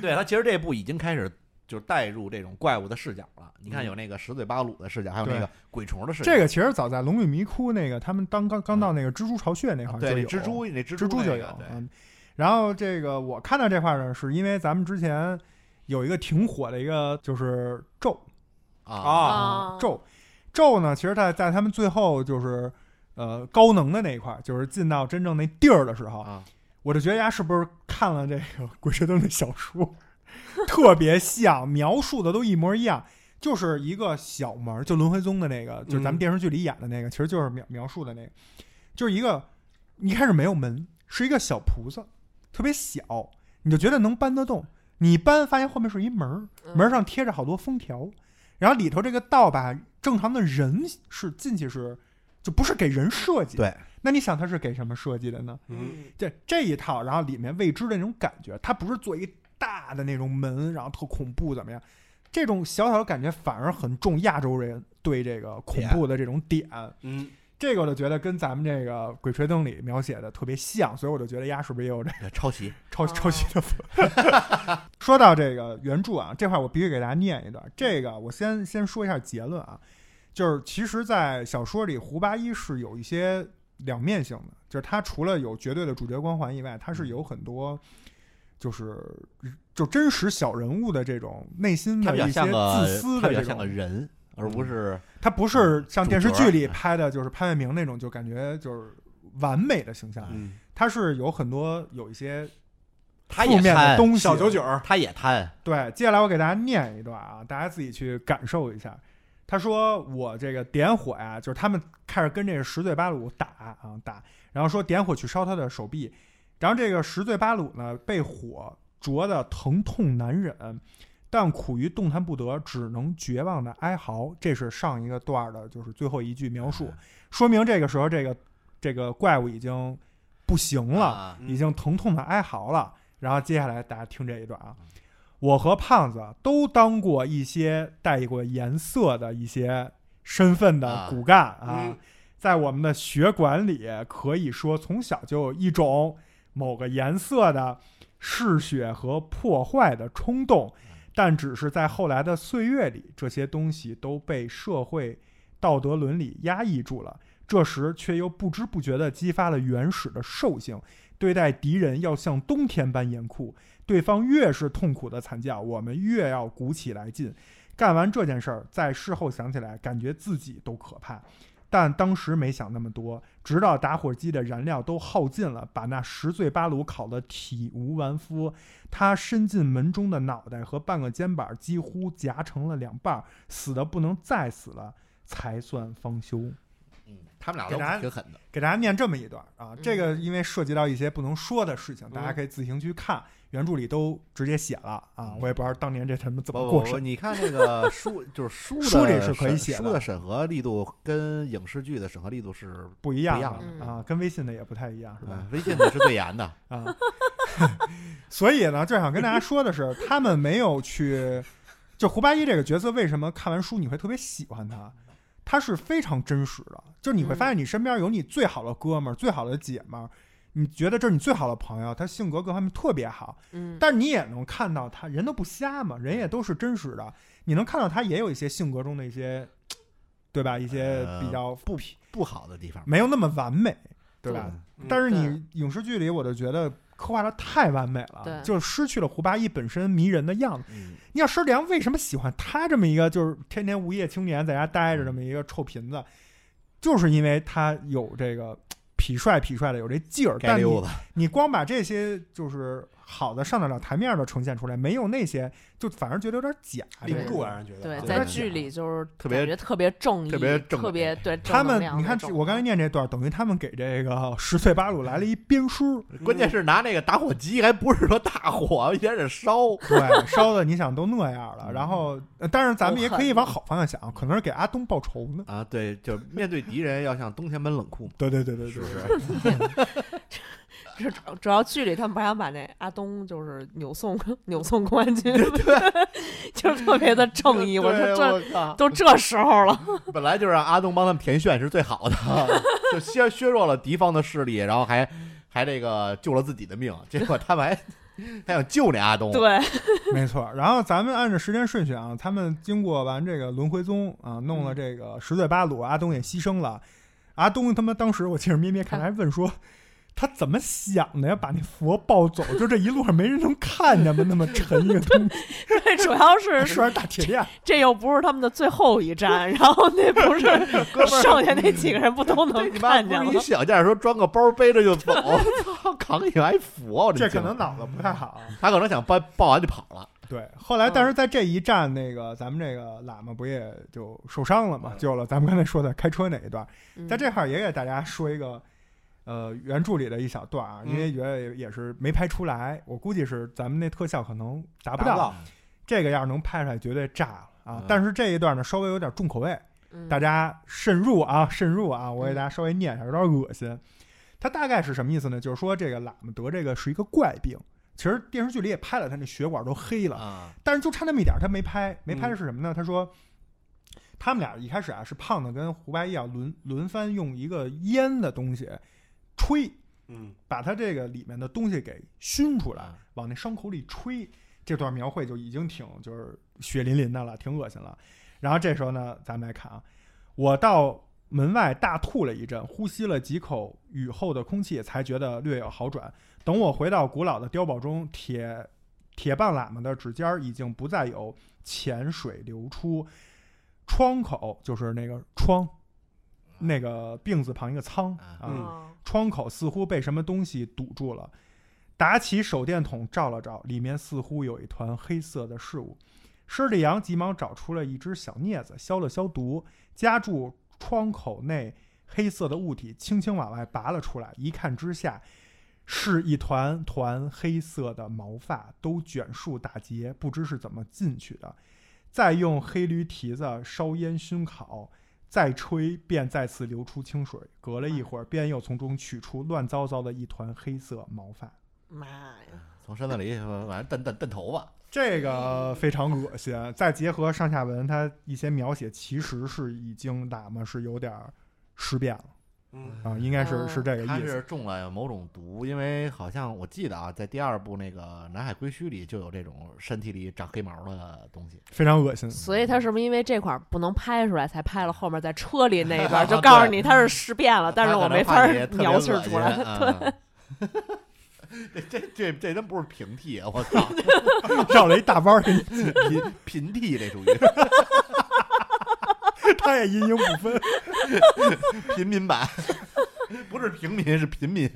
对他其实这步已经开始就是带入这种怪物的视角了。你看嗯有那个十嘴八鲁的视角，还有对那个鬼虫的视角。这个其实早在《龙与迷窟》那个他们当刚刚到那个蜘蛛巢穴那块啊儿就对那有蜘蛛那蜘蜘蛛那就个有对。嗯然后这个我看到这块儿呢，是因为咱们之前有一个挺火的一个就是咒啊哦啊，嗯咒咒呢，其实在在他们最后就是呃高能的那一块儿，就是进到真正那地儿的时候，啊我就觉得丫是不是看了这个《鬼吹灯》的小说， 特别像，描述的都一模一样，就是一个小门儿，就轮回宗的那个，就是咱们嗯电视剧里演的那个，其实就是描描述的那个，就是一个一开始没有门，是一个小菩萨，特别小，你就觉得能搬得动，你搬发现后面是一门儿，嗯门儿上贴着好多封条，然后里头这个道吧，正常的人是进去是就不是给人设计，对，那你想它是给什么设计的呢？嗯，这这一套，然后里面未知的那种感觉，它不是做一个大的那种门，然后特恐怖怎么样？这种小小的感觉反而很重亚洲人对这个恐怖的这种点，嗯，这个我就觉得跟咱们这个《鬼吹灯》里描写的特别像，所以我就觉得丫是不是也有这抄袭抄哦抄袭的风格？ 说到这个原著啊，这块我必须给大家念一段。这个我先先说一下结论啊，就是其实，在小说里，胡八一是有一些两面性的，就是他除了有绝对的主角光环以外，嗯他是有很多就是就真实小人物的这种内心他的比一较像些个自私他的比较这像个种。嗯人，而不是他不是像主电视角剧里哎拍的，就是潘粤明那种，就感觉就是完美的形象。嗯，他是有很多有一些他负也面的贪，东西。啊小九九儿，他也贪，对，接下来我给大家念一段啊，大家自己去感受一下。他说：“我这个点火呀、就是他们开始跟这个十罪八路打啊打，然后说点火去烧他的手臂，然后这个十罪八路呢被火灼得疼痛难忍，但苦于动弹不得，只能绝望的哀嚎。这是上一个段儿的，就是最后一句描述，说明这个时候这个这个怪物已经不行了，啊已经疼痛的哀嚎了。然后接下来大家听这一段啊，我和胖子都当过一些带过颜色的一些身份的啊骨干啊，嗯在我们的血管里，可以说从小就有一种某个颜色的嗜血和破坏的冲动，但只是在后来的岁月里，这些东西都被社会道德伦理压抑住了。这时却又不知不觉地激发了原始的兽性，对待敌人要像冬天般严酷，对方越是痛苦的惨叫，我们越要鼓起来劲。干完这件事儿，在事后想起来，感觉自己都可怕，但当时没想那么多，直到打火机的燃料都耗尽了，把那十罪八炉烤得体无完肤。他伸进门中的脑袋和半个肩膀几乎夹成了两半儿，死的不能再死了，才算方休。嗯，他们给大俩家都挺狠的，给大家念这么一段啊，这嗯个因为涉及到一些不能说的事情，大家嗯可以自行去看，原著里都直接写了啊，我也不知道当年这他们怎么嗯不过不不，审。你看这个 书，就是书的书里是可以审写书的的审核力度跟影视剧的审核力度是不一样不一啊样的啊，跟微信的也不太一样，是吧？啊，微信的是最严 的，啊，所以呢，就想跟大家说的是，他们没有去，就胡八一这个角色，为什么看完书你会特别喜欢他？他是非常真实的，就是你会嗯发现你身边有你最好的哥们儿、最好的姐们儿，你觉得这是你最好的朋友，他性格各方面特别好，嗯，但是你也能看到他，人都不瞎嘛，人也都是真实的，你能看到他也有一些性格中的一些，对吧？一些呃比较不不好的地方，没有那么完美，对吧？嗯但是你对影视剧里，我就觉得刻画的太完美了对，就失去了胡八一本身迷人的样子。嗯，你想施良为什么喜欢他这么一个就是天天无业青年，在家待着这么一个臭贫子，就是因为他有这个痞帅痞帅的有这劲儿，该但溜你子，你光把这些就是好的上得了台面的呈现出来，没有那些，就反而觉得有点假。立不这个住，让人觉得对，啊对在对剧里就是特别感觉特别正义，特特别正别对正他能们量你那看种，我刚才念这段，等于他们给这个十岁八路来了一编书，嗯关键是拿那个打火机，还不是说大火，一 点点烧，对，烧的你想都那样嗯了，然后，呃但是咱们也可以往好方向想，可能是给阿东报仇呢。啊，对，就面对敌人要像冬天般冷酷嘛，对对对对是对不，是？就是主主要剧里他们不还想把那阿东就是扭送扭送公安局， 就是特别的正义。我说这对 我都这时候了，靠本来就让阿东帮他们填炫是最好的， 就削削弱了敌方的势力，然后还还这个救了自己的命，结果他们还还想救那阿东，对， 没错。然后咱们按照时间顺序啊，他们经过完这个轮回宗啊，弄了这个十罪八鲁，阿东也牺牲了。阿东他妈当时我记着咩咩看他还问说。他怎么想的呀？把那佛抱走，就这一路上没人能看见吗？那么沉一个东西， 对，主要是拴着大铁链，这又不是他们的最后一站，然后 那不是剩下那几个人不都这能你妈看不见是了你？想象说装个包背着就走， 操，扛起来佛，我这可惊能脑子不太好。啊他可能想报报完就跑了，对，后来但嗯是在这一站，那个咱们这个喇嘛不也就受伤了嘛，嗯救了。咱们刚才说的开车那一段，嗯在这块儿也给大家说一个，呃，原著里的一小段啊，因为觉得也也是没拍出来，我估计是咱们那特效可能达 不达不到到，这个要是能拍出来绝对炸了啊嗯。但是这一段呢，稍微有点重口味，嗯大家慎入啊，慎入啊！我给大家稍微念一下，有点恶心。它大概是什么意思呢？就是说这个喇嘛得这个是一个怪病，其实电视剧里也拍了，他那血管都黑了。啊，但是就差那么一点儿，他没拍，没拍的是什么呢？他说，他们俩一开始啊是胖子跟胡八一啊轮轮番用一个烟的东西吹，嗯把他这个里面的东西给熏出来啊，往那伤口里吹。这段描绘就已经挺就是血淋淋的了，挺恶心了。然后这时候呢，咱们来看啊，我到门外大吐了一阵，呼吸了几口雨后的空气，才觉得略有好转。等我回到古老的碉堡中，铁铁棒喇嘛的指尖儿已经不再有浅水流出，窗口就是那个窗，那个病字旁一个仓啊啊，哦嗯窗口似乎被什么东西堵住了。打起手电筒照了照，里面似乎有一团黑色的事物。施里阳急忙找出了一只小镊子，消了消毒，夹住窗口内黑色的物体，轻轻往外拔了出来。一看之下，是一团团黑色的毛发，都卷束打结，不知是怎么进去的。再用黑驴蹄子烧烟熏烤，再吹便再次流出清水。隔了一会儿，便又从中取出乱糟糟的一团黑色毛发。妈呀！从身子里往上蹬蹬蹬头发，这个非常恶心。再结合上下文，它一些描写，其实是已经喇嘛是有点儿尸变了嗯啊，应该是哦是这个他意是思。中了某种毒，因为好像我记得啊，在第二部那个《南海归墟》里就有这种身体里长黑毛的东西。非常恶心，所以他是不是因为这块儿不能拍出来，才拍了后面在车里那 一段，就告诉你他是尸变了，但是我没法他儿可能怕你特别描述出来。 啊恶心。对， 这这这这真不是平替啊！我操，绕了一大弯儿，给你贫贫替这属于他也阴影不分。平民版，不是平民是平民。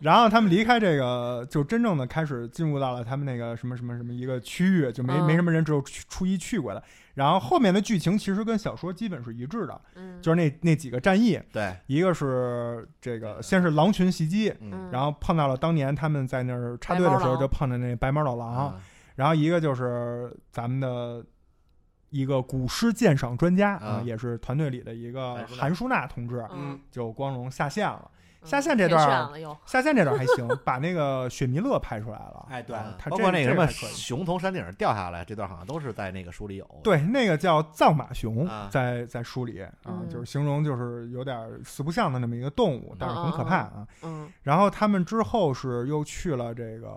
然后他们离开这个，就真正的开始进入到了他们那个什么什么什么一个区域，就没、嗯没什么人，只有初初一去过的。然后后面的剧情其实跟小说基本是一致的，嗯就是那那几个战役，对，一个是这个先是狼群袭击，嗯，然后碰到了当年他们在那儿插队的时候就碰见那白毛老狼，嗯然后一个就是咱们的一个古诗鉴赏专家啊啊，也是团队里的一个韩舒娜韩淑娜同志，嗯，就光荣下线了。嗯下线这天段选儿了又下线这段还行，把那个雪弥勒拍出来了。哎对，啊他包括嗯这那个这什么还可以熊从山顶上掉下来这段，好像都是在那个书里有。，对，那个叫藏马熊啊，在在书里啊，嗯就是形容就是有点四不像的那么一个动物，但是很可怕啊。嗯然后他们之后是又去了这个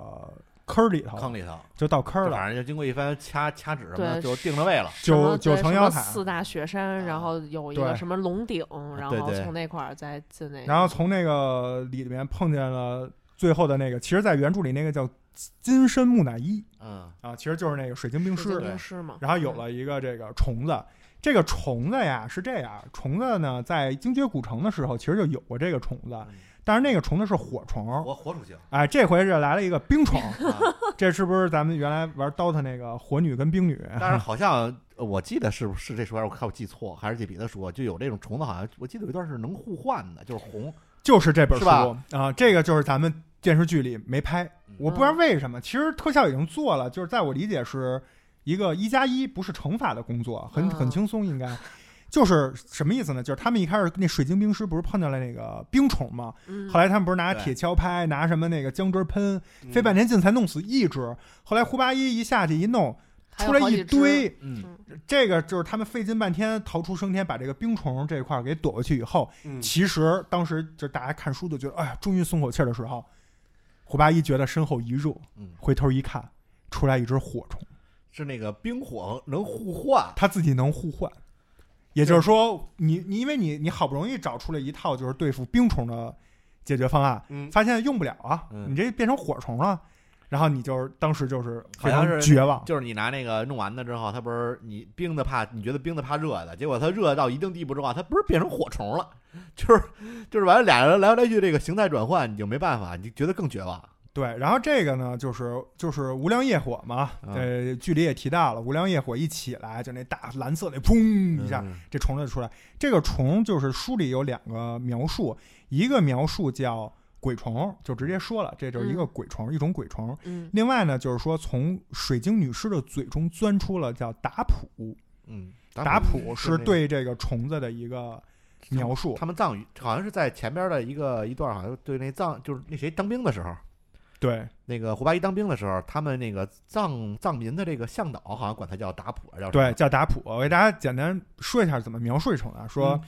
坑儿里头，坑里头，就到坑儿就了。反正就经过一番掐掐指什么的，对就定着位了。啊什九么对九层什妖么塔四大雪山，然后有一对个什么龙顶，然对后对从那块儿再进那个，然后从那个里面碰见了最后的那个，其实，在原著里那个叫金身木乃伊嗯，啊，其实就是那个水晶冰水晶师。冰师嘛，然后有了一个这个虫子，这个虫子呀是这样，虫子呢在精绝古城的时候其实就有过这个虫子，但是那个虫子是嗯火虫，火火属 性。哎，这回是来了一个冰虫， 啊这是不是咱们原来玩 DOTA 那个火女跟冰女？ 但是好像呃我记得是不是这书还是我看我记错，还是记别的书，就有这种虫子，好像我记得有一段是能互换的，就是红。就是这本是书吧啊，这个就是咱们电视剧里没拍嗯，我不知道为什么。其实特效已经做了，就是在我理解是一个一加一不是乘法的工作，很嗯很轻松应该。就是什么意思呢？就是他们一开始那水晶冰师不是碰见了那个冰虫吗？嗯后来他们不是拿对铁锹拍，拿什么那个姜汁喷，嗯费半天劲才弄死一只。后来胡八一一下去一弄，还有出来好一几只堆，嗯这个就是他们费尽半天逃出升天，把这个冰虫这块儿给躲过去以后，嗯其实当时就大家看书就觉得，哎呀，终于松口气儿的时候，胡八一觉得身后一热，嗯，回头一看，出来一只火虫，是那个冰火能互换。他自己能互换，也就是说，你你因为你你好不容易找出了一套就是对付冰虫的解决方案，嗯发现用不了啊，嗯你这变成火虫了，然后你就是当时就是好非像是常绝望，就是你拿那个弄完了之后，它不是你冰的怕，你觉得冰的怕热的，结果它热到一定地步之后，它不是变成火虫了， 就是就是完了俩人来来去这个形态转换，你就没办法，你就觉得更绝望。对，然后这个呢，就是就是《无量业火》嘛，嗯呃，剧里也提到了，《无量业火》一起来，就那大蓝色那砰一下，嗯这虫子就出来。这个虫就是书里有两个描述，一个描述叫鬼虫，就直接说了，这就是一个鬼虫，一种鬼虫。嗯另外呢，就是说从水晶女尸的嘴中钻出了叫打谱，嗯，打谱谱是对这个虫子的一个描述。他们藏语，好像是在前边的一个一段，好像对那藏就是那谁当兵的时候，对，那个胡八一当兵的时候，他们那个藏藏民的这个向导好像管他叫打普，啊叫什么对，叫打谱。我给大家简单说一下怎么描述一虫啊，说。嗯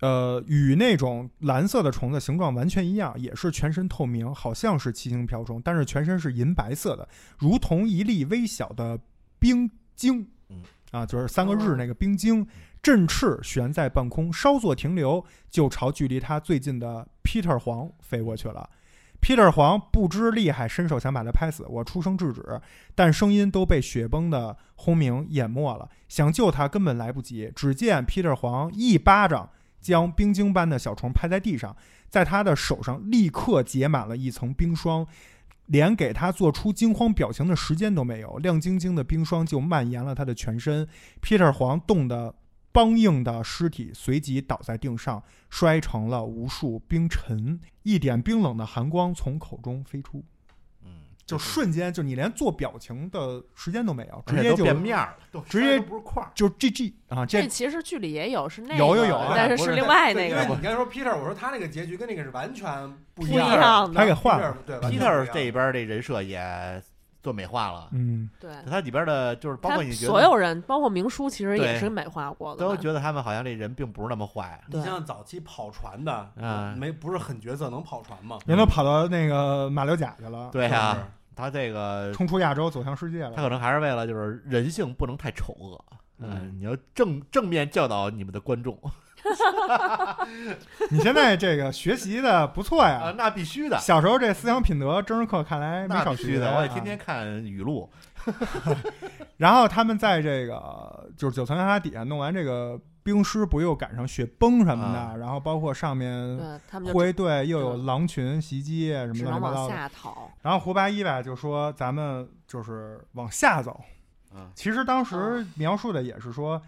呃，与那种蓝色的虫子形状完全一样，也是全身透明，好像是七星瓢虫，但是全身是银白色的，如同一粒微小的冰晶。嗯啊，就是三个日那个冰晶振翅悬在半空，稍作停留就朝距离他最近的 Peter 黄飞过去了。Peter 黄不知厉害，伸手想把他拍死，我出声制止，但声音都被雪崩的轰鸣淹没了。想救他根本来不及，只见 Peter 黄一巴掌将冰晶般的小虫拍在地上，在他的手上立刻结满了一层冰霜，连给他做出惊慌表情的时间都没有，亮晶晶的冰霜就蔓延了他的全身。Peter 黄冻得梆硬的尸体随即倒在腚上，摔成了无数冰尘，一点冰冷的寒光从口中飞出。嗯，就瞬间，就你连做表情的时间都没有，直而且接都就变面儿了，都直接都不是块儿。就 GG 啊！这这其实剧里也有，是那个有有有啊但是不是是另外那因个为你刚才说 Peter，我说他那个结局跟那个是完全不不一一样的。样的，他给换了， Peter 对完全不一样 Peter 这边儿这人设也做美化了，嗯，对。他里边儿的就是包他括你觉所得有人，包括明叔，其实也对是美化过的都嘛。觉得他们好像这人并不是那么坏，你像早期跑船的，嗯没不是狠角色能跑船吗？人都跑到那个马六甲去了，对是啊，他这个冲出亚洲走向世界他了。可能还是为了就是人性不能太丑恶，嗯，嗯你要正正面教导你们的观众你现在这个学习的不错 啊，呀，那必须的，小时候这思想品德政治课看来没那少必须学的，啊。我也天天看语录，然后他们在这个就是九层塔底下弄完这个冰尸，不又赶上雪崩什么啊的，然后包括上面对他们护就卫队又有对狼群袭击嗯啊什么只乱能七八糟往的。下逃。然后胡八一吧就说咱们就是往下走。嗯，其实当时描述的也是说，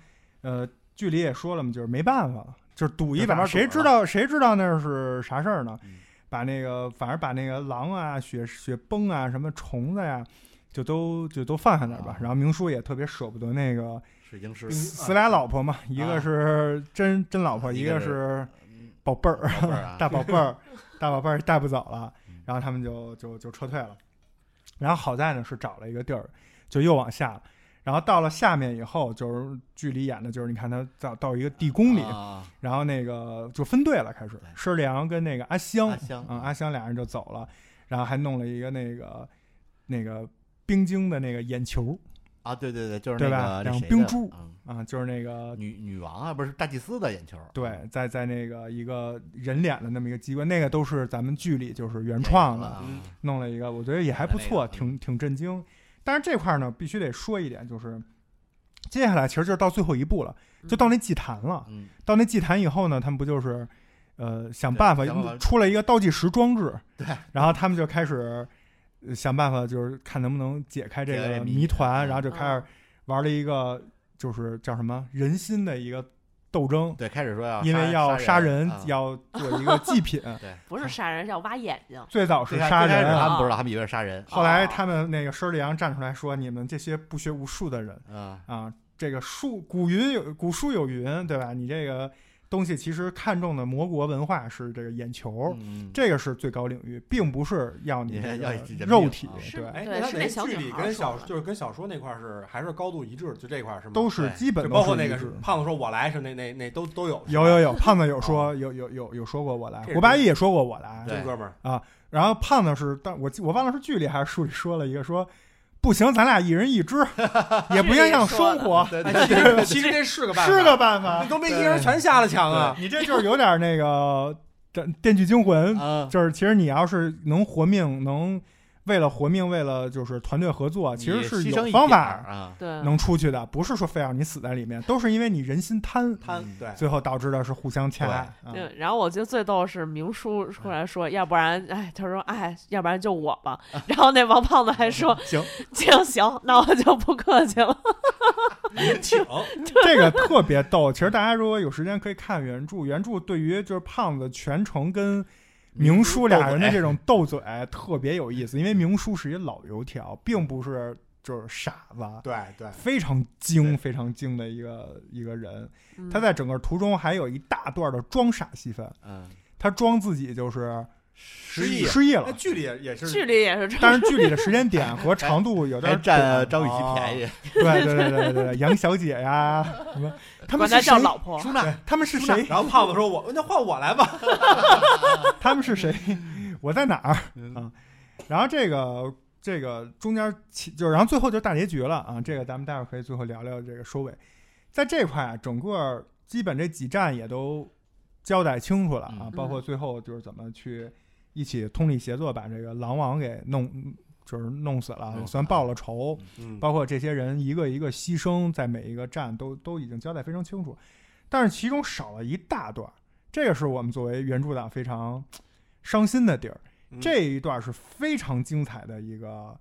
呃，剧里也说了嘛，就是没办法了，就是赌一就咱把，们赌谁知道谁知道那是啥事儿呢嗯？把那个反正把那个狼啊、雪雪崩啊、什么虫子呀、就都就都放下那儿吧啊。然后明叔也特别舍不得那个水晶师嗯死俩老婆嘛，一个是真真老婆，啊一一个个是是宝贝儿，宝贝儿啊大宝贝儿， 大宝贝儿带不走了嗯，然后他们就就就撤退了。然后好在呢是找了一个地儿，就又往下了。然后到了下面以后，就是剧里演的，就是你看他到到一个地宫里，啊然后那个就分队了，开始对施良跟那个阿香，阿香嗯，阿香俩人就走了，然后还弄了一个那个那个冰晶的那个眼球啊，对对对，就是对那吧个那两个谁冰的珠嗯啊，就是那个女女王啊，不是大祭司的眼球，嗯对，在在那个一个人脸的那么一个机关，那个都是咱们剧里就是原创的，啊嗯弄了一个，我觉得也还不弄错，了那个嗯挺挺震惊。但是这块儿呢，必须得说一点，就是接下来其实就是到最后一步了，就到那祭坛了。嗯，到那祭坛以后呢，他们不就是呃想对办法想办法出了一个倒计时装置， 对，然后他们就开始呃想办法，就是看能不能解开这解开这个谜谜嗯团，然后就开始玩了一个就是叫什么人心的一个斗争。对，开始说要因为要杀杀人啊，要做一个 祭品。不啊是杀人，要挖眼睛。最早是最开杀最开始人，他们不知道，他们以为是杀人啊 后来他们那个施里昂站出来说：“你们这些不学无术的人啊，啊，这个术古云有古书有云，对吧？你这个东西其实看重的魔国文化是这个眼球，嗯哦这个是最高领域，并不是要你这要个人命肉体啊，是对，哎，对那他是等于那小剧女里孩说跟小的就是跟小说那块儿是还是高度一致，就这块儿是吗？都是对基本就都包括是那一个致胖子说我来是那那那都都有是有吧有有，胖子有说有有有有说过我来这，是胡八一也说过我来，对真哥们儿然后胖子是，但我记我忘了是剧里还是书里说了一个说，不行，咱俩一人一只，也不影响生活，对对哎，其实其实这是个办法，是个办法你。都没一人全下了墙啊！ 你这就是有点那个电电锯惊魂，啊，就是其实你要是能活命，能为了活命，为了就是团队合作，其实你是牺牲有一方点法儿啊，对，能出去的，不是说非要你死在里面，都是因为你人心贪，贪嗯对，最后导致的是互相掐。啊嗯对，然后我觉得最逗是明叔出来说，要不然，哎，他说，哎，要不然就我吧。然后那王胖子还说，嗯行，行行，那我就不客 气了。您请这个特别逗。其实大家如果有时间可以看原著，原著对于就是胖子全程跟明叔俩人的这种斗嘴特别有意思，因为明叔是一老油条，并不是就是傻子，对对，非常精非常精的一个一个人。嗯他在整个途中还有一大段的装傻戏份，嗯，他装自己就是失忆失忆那了。哎剧里也也是剧里也是这但是剧里的时 间点和长度有还点哦占呃短张啊雨绮便宜，对对对对对对，杨小姐呀，什么他们管是他谁叫？老婆，舒娜他们是谁？然后胖子说我：“那换我来吧。 他们是谁？我在哪儿啊？然后这个这个中间起就是，然后最后就是大结局了啊。这个咱们待会儿可以最后聊聊这个收尾，在这块啊，整个基本这几站也都交代清楚了啊，嗯包括最后就是怎么去一起通力协作把这个狼王给弄，就是弄死了，弄也死算了报了仇。嗯，包括这些人一个一个牺牲，在每一个站都都已经交代非常清楚，但是其中少了一大段儿，这个是我们作为原著党非常伤心的地儿。嗯这一段是非常精彩的一个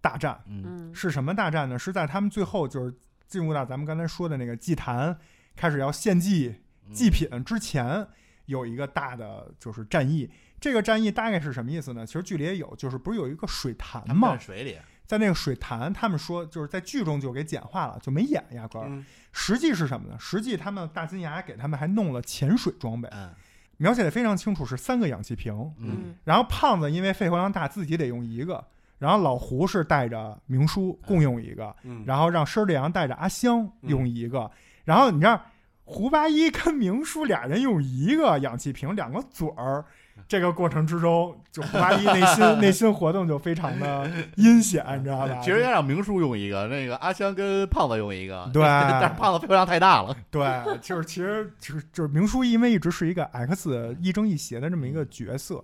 大战，嗯嗯是什么大战呢？是在他们最后就是进入到咱们刚才说的那个祭坛，开始要献祭嗯祭品之前，有一个大的就是战役。这个战役大概是什么意思呢？其实剧里也有，就是不是有一个水他潭们吗？在水里，在那个水潭，他们说就是在剧中就给简化了，就没演压根儿。嗯实际是什么呢？实际他们大金牙给他们还弄了潜水装备，嗯描写的非常清楚，是三个氧气瓶。嗯，然后胖子因为肺活量大，自己得用一个。然后老胡是带着明叔共用一个，嗯，然后让施里阳带着阿香用一嗯个。然后你知道胡八一跟明叔俩人用一个氧气瓶，两个嘴儿。这个过程之中，就胡八一内 心内心活动就非常的阴险，你知道吧？其实要让明叔用一个，那个阿香跟胖子用一个，对但是胖子肺活量太大了，对，就是其实就是就是明叔，因为一直是一个 X 一正一邪的这么一个角色，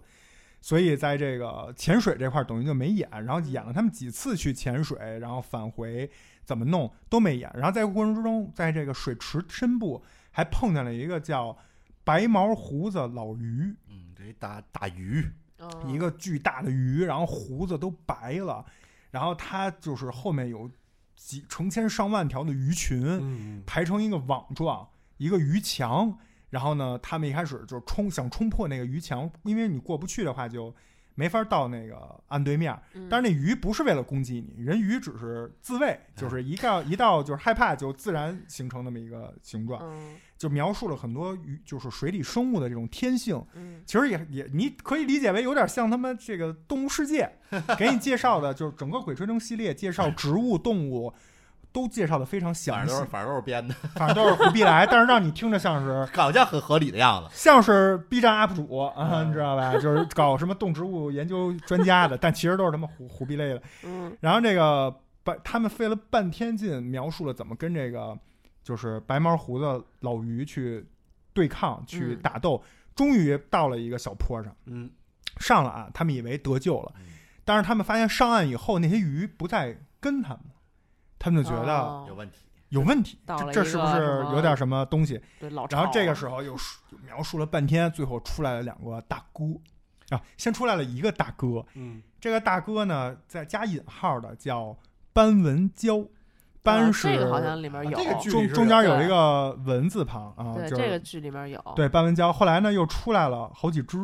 所以在这个潜水这块儿等于就没演，然后演了他们几次去潜水，然后返回怎么弄都没演，然后在过程之中，在这个水池深部还碰见了一个叫白毛胡子老鱼，嗯，这一大大鱼，嗯一个巨大的鱼，然后胡子都白了，然后它就是后面有几成千上万条的鱼群，嗯排成一个网状，一个鱼墙。然后呢，他们一开始就冲想冲破那个鱼墙，因为你过不去的话就没法到那个岸对嗯面。但是那鱼不是为了攻击你，人鱼只是自卫，哎就是一到一到就是害怕就自然形成那么一个形状，嗯就描述了很多鱼就是水里生物的这种天性。嗯其实也也你可以理解为有点像他们这个《动物 世界》给你介绍的，就是整个《鬼吹灯》系列介绍植物、动物都介绍的非常反详正细都是。反正都是编的，反正都是胡逼来，但是让你听着像 是好像很合理的样子。像是 B 站 UP 主嗯啊，你知道吧？就是搞什么动植物研究专家的，但其实都是他妈胡胡逼类的。嗯然后这个把他们费了半天劲描述了怎么跟这个就是白毛胡子老鱼去对抗、去嗯打斗，终于到了一个小坡上，嗯上了啊岸，他们以为得救了嗯，但是他们发现上岸以后，那些鱼不再跟他们了，他们就觉得哦有问题，有问题，到这了一这是个不是什么有点什么东西？对老然后巢这个时候又说又描述了半天，最后出来了两个大哥啊，先出来了一个大哥，嗯这个大哥呢再加引号的叫班文娇，班啊是、这个好像里面有这个剧里中是中间有对一个文字旁啊，对就是这个剧里面有对班文娇，后来呢又出来了好几只，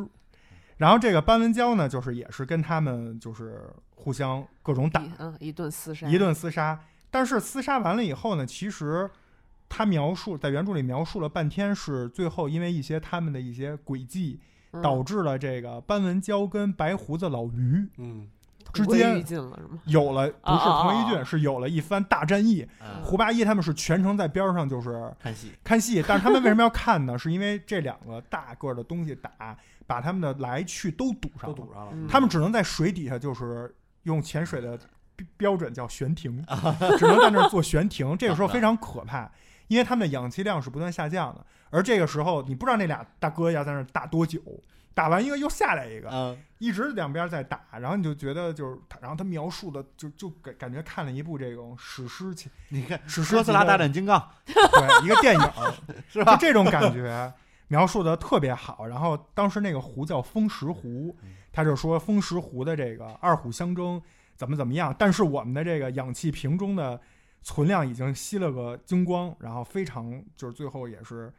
然后这个班文娇呢就是也是跟他们就是互相各种打一，嗯一顿厮杀一顿厮杀。但是厮杀完了以后呢，其实他描述在原著里描述了半天，是最后因为一些他们的一些诡计，嗯导致了这个班文娇跟白胡子老于嗯之同归间于尽了是吗？有了不是同归于哦哦哦尽，是有了一番大战役。嗯，胡八一他们是全程在边上就是看戏，看戏，但是他们为什么要看呢？ 是因为这两个大个儿的东西打，把他们的来去都堵上都了，堵上了，嗯他们只能在水底下，就是用潜水的 标标准叫悬停，啊 只能在那儿做 悬停。这个时候非常可怕，因为他们的氧气量是不断下降的。而这个时候，你不知道那俩大哥要在那儿打多久，打完一个又下来一个，嗯，一直两边在打，然后你就觉得就是他，然后他描述的就就感感觉看了一部这种史诗级， 你看史诗哥斯拉级的大战金刚对一个电影， 是就吧？这种感觉描述的特别好。然后当时那个湖叫风石湖嗯，他就说风石湖的这个二虎相争怎么怎么样，但是我们的这个氧气瓶中的存量已经吸了个精光，然后非常就是最后也是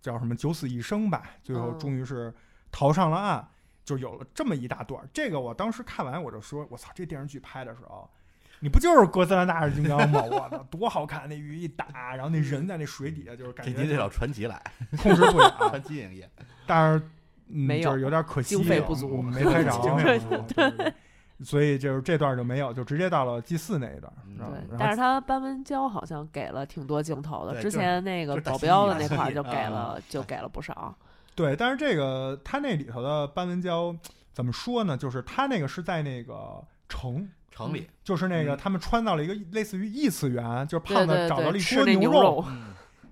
叫什么九死一生吧，最后嗯终于是逃上了岸。就有了这么一大段儿，这个我当时看完我就说，我操，这电视剧拍的时候，你不就是哥斯拉大战金刚吗？我操，多好看！那鱼一打，然后那嗯人在那水底下，就是感这哦觉你得找传奇来，控制不了， 传奇影业，但是、嗯、没有就是有点可惜，经费不足嗯没拍着，经费不足对对对所以就是这段就没有，就直接到了祭祀那一段，嗯然后对，然但后是他班文娇好像给了挺多镜头的，对之就是前那个就是打保蜥蜴镖的打那蜥块儿蜴就给嗯了，就给了不少。对，但是这个他那里头的班文娇怎么说呢？就是他那个是在那个城，城里，就是那个嗯他们穿到了一个类似于异次元，就是对胖子对找到了对，一吃锅那牛嗯牛肉，，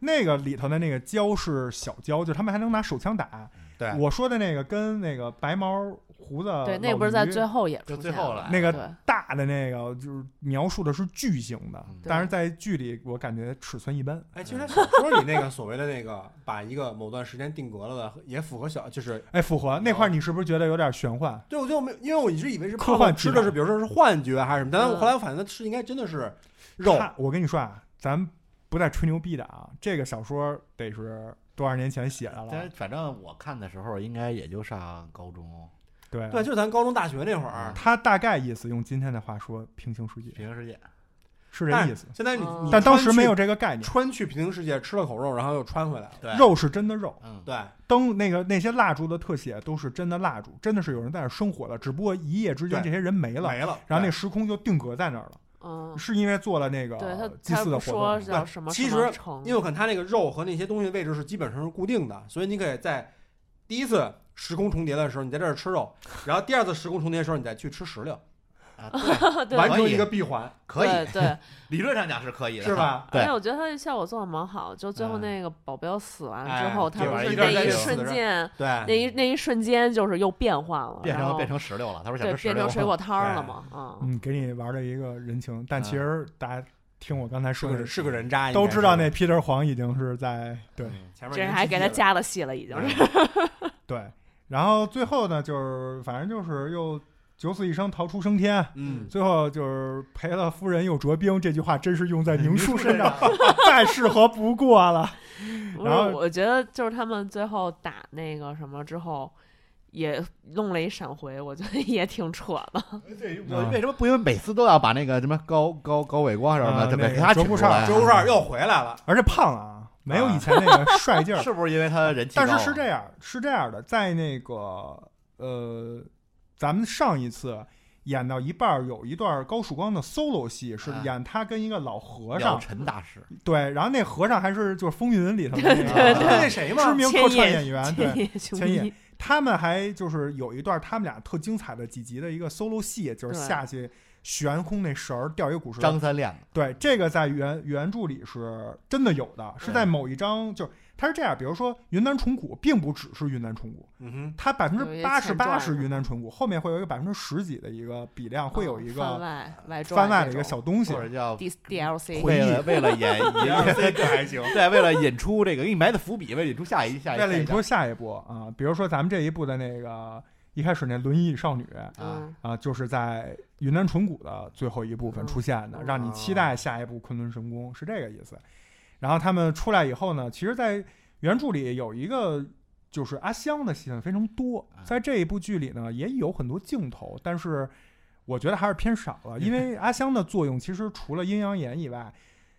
那个里头的那个胶是小胶，就是他们还能拿手枪打。对我说的那个跟那个白毛胡子对，那老不是在于最后也出就最现后了了那个对大的那个就是描述的是巨型的嗯，但是在剧里我感觉尺寸一般。哎，其实他小说里那个所谓的那个，把一个某段时间定格了的，也符合小，就是哎，符合那块哦儿，你是不是觉得有点玄幻？对，我就没，因为我一直以为是科幻胖子吃题材的是，比如说是幻觉啊还是什么，但嗯我后来我反正吃应该真的是肉，它我跟你说啊，咱不带吹牛逼的啊，这个小说得是多少年前写的但了？反正我看的时候应该也就上高中，对对，，就是咱高中大学那会嗯嗯儿。它大概意思用今天的话说，平行世界平行世界，是但这是意思。现在你哦你但当时穿去没有这个概念，穿去平行世界嗯吃了口肉，然后又穿回来了。对，肉是真的肉，嗯，对，灯那个那些蜡烛的特写都是真的蜡烛，真的是有人在那儿生活了，只不过一夜之间对这些人没了，没了。然后那对时空就定格在那儿了。嗯，是因为做了那个对他祭他祀的不活说动，叫什么其什么实嗯城因为我看它那个肉和那些东西位置是基本上是固定的，所以你可以在第一次时空重叠的时候，你在这儿吃肉，然后第二次时空重叠的时候，你再去吃石榴， 啊，对，对完成一个闭环，可以，对对，理论上讲是可以的，是？吧？对哎，我觉得他效果做的蛮好，就最后嗯那个保镖死完哎之后，他对不吧是一那边在一这死瞬着间，那对，一那一瞬间就是又变换了， 变然成后变成石榴了，他不是想对吃石变榴成吗？水果摊儿了对嘛，嗯，嗯，给你玩了一个人情，但其嗯实大家听我刚才是说个的人，是个人渣，都知道那应 Peter 黄已经是在对嗯该是前面这已经还给他记加了戏了，已经了是。 对，然后最后呢，就是反正就是又九死一生逃出升天，嗯，最后就是赔了夫人又折兵，这句话真是用在宁叔身 上上，再适合不过了。不是然后，我觉得就是他们最后打那个什么之后，也弄了一闪回，我觉得也挺扯的。对，嗯我为什么不因为每次都要把那个什么高高高伟光什么啊的，对不那对？个给他折请不出上来？周二又回来了，而且胖啊，没有以前那个帅劲儿， 是不是因为他人气高但啊？是是这样，是这样的，在那个呃，咱们上一次演到一半儿，有一段高曙光的 solo 戏，是啊演他跟一个老和聊尚，陈大师，对，然后那和尚还是就是《风云》里头的那对个啊对那谁嘛知，名千客串叶演员，千对。叶雄千叶一，他们还就是有一段他们俩特精彩的几集的一个 solo 戏，就是对下去悬空那绳儿掉一个古时候张三亮，对，这个在原原著里是真的有的，是在嗯某一章，就是它是这样，比如说云南虫谷，并不只是云南虫谷，嗯哼，它百分有之一些八十欠八债是云南纯谷，后面会有一个百分之十几的一个比量，会有一哦嗯番个外外传番外的这一个种小啊东西或。者叫 D DLC，为了为了演演这还行， 对，为了引出这个给你埋的伏笔，为了引出下一下一为了引出下下一步啊，比如说咱们这一部的那个一开始那轮椅少女一啊， 嗯，啊，就是在云南纯谷的最后一部分出现的，嗯让你啊期待下一部昆仑神宫是这个意思。然后他们出来以后呢，其实，在原著里有一个就是阿香的戏份非常多，啊在这一部剧里呢也有很多镜头，但是我觉得还是偏少了，因为阿香的作用其实除了阴阳眼以外，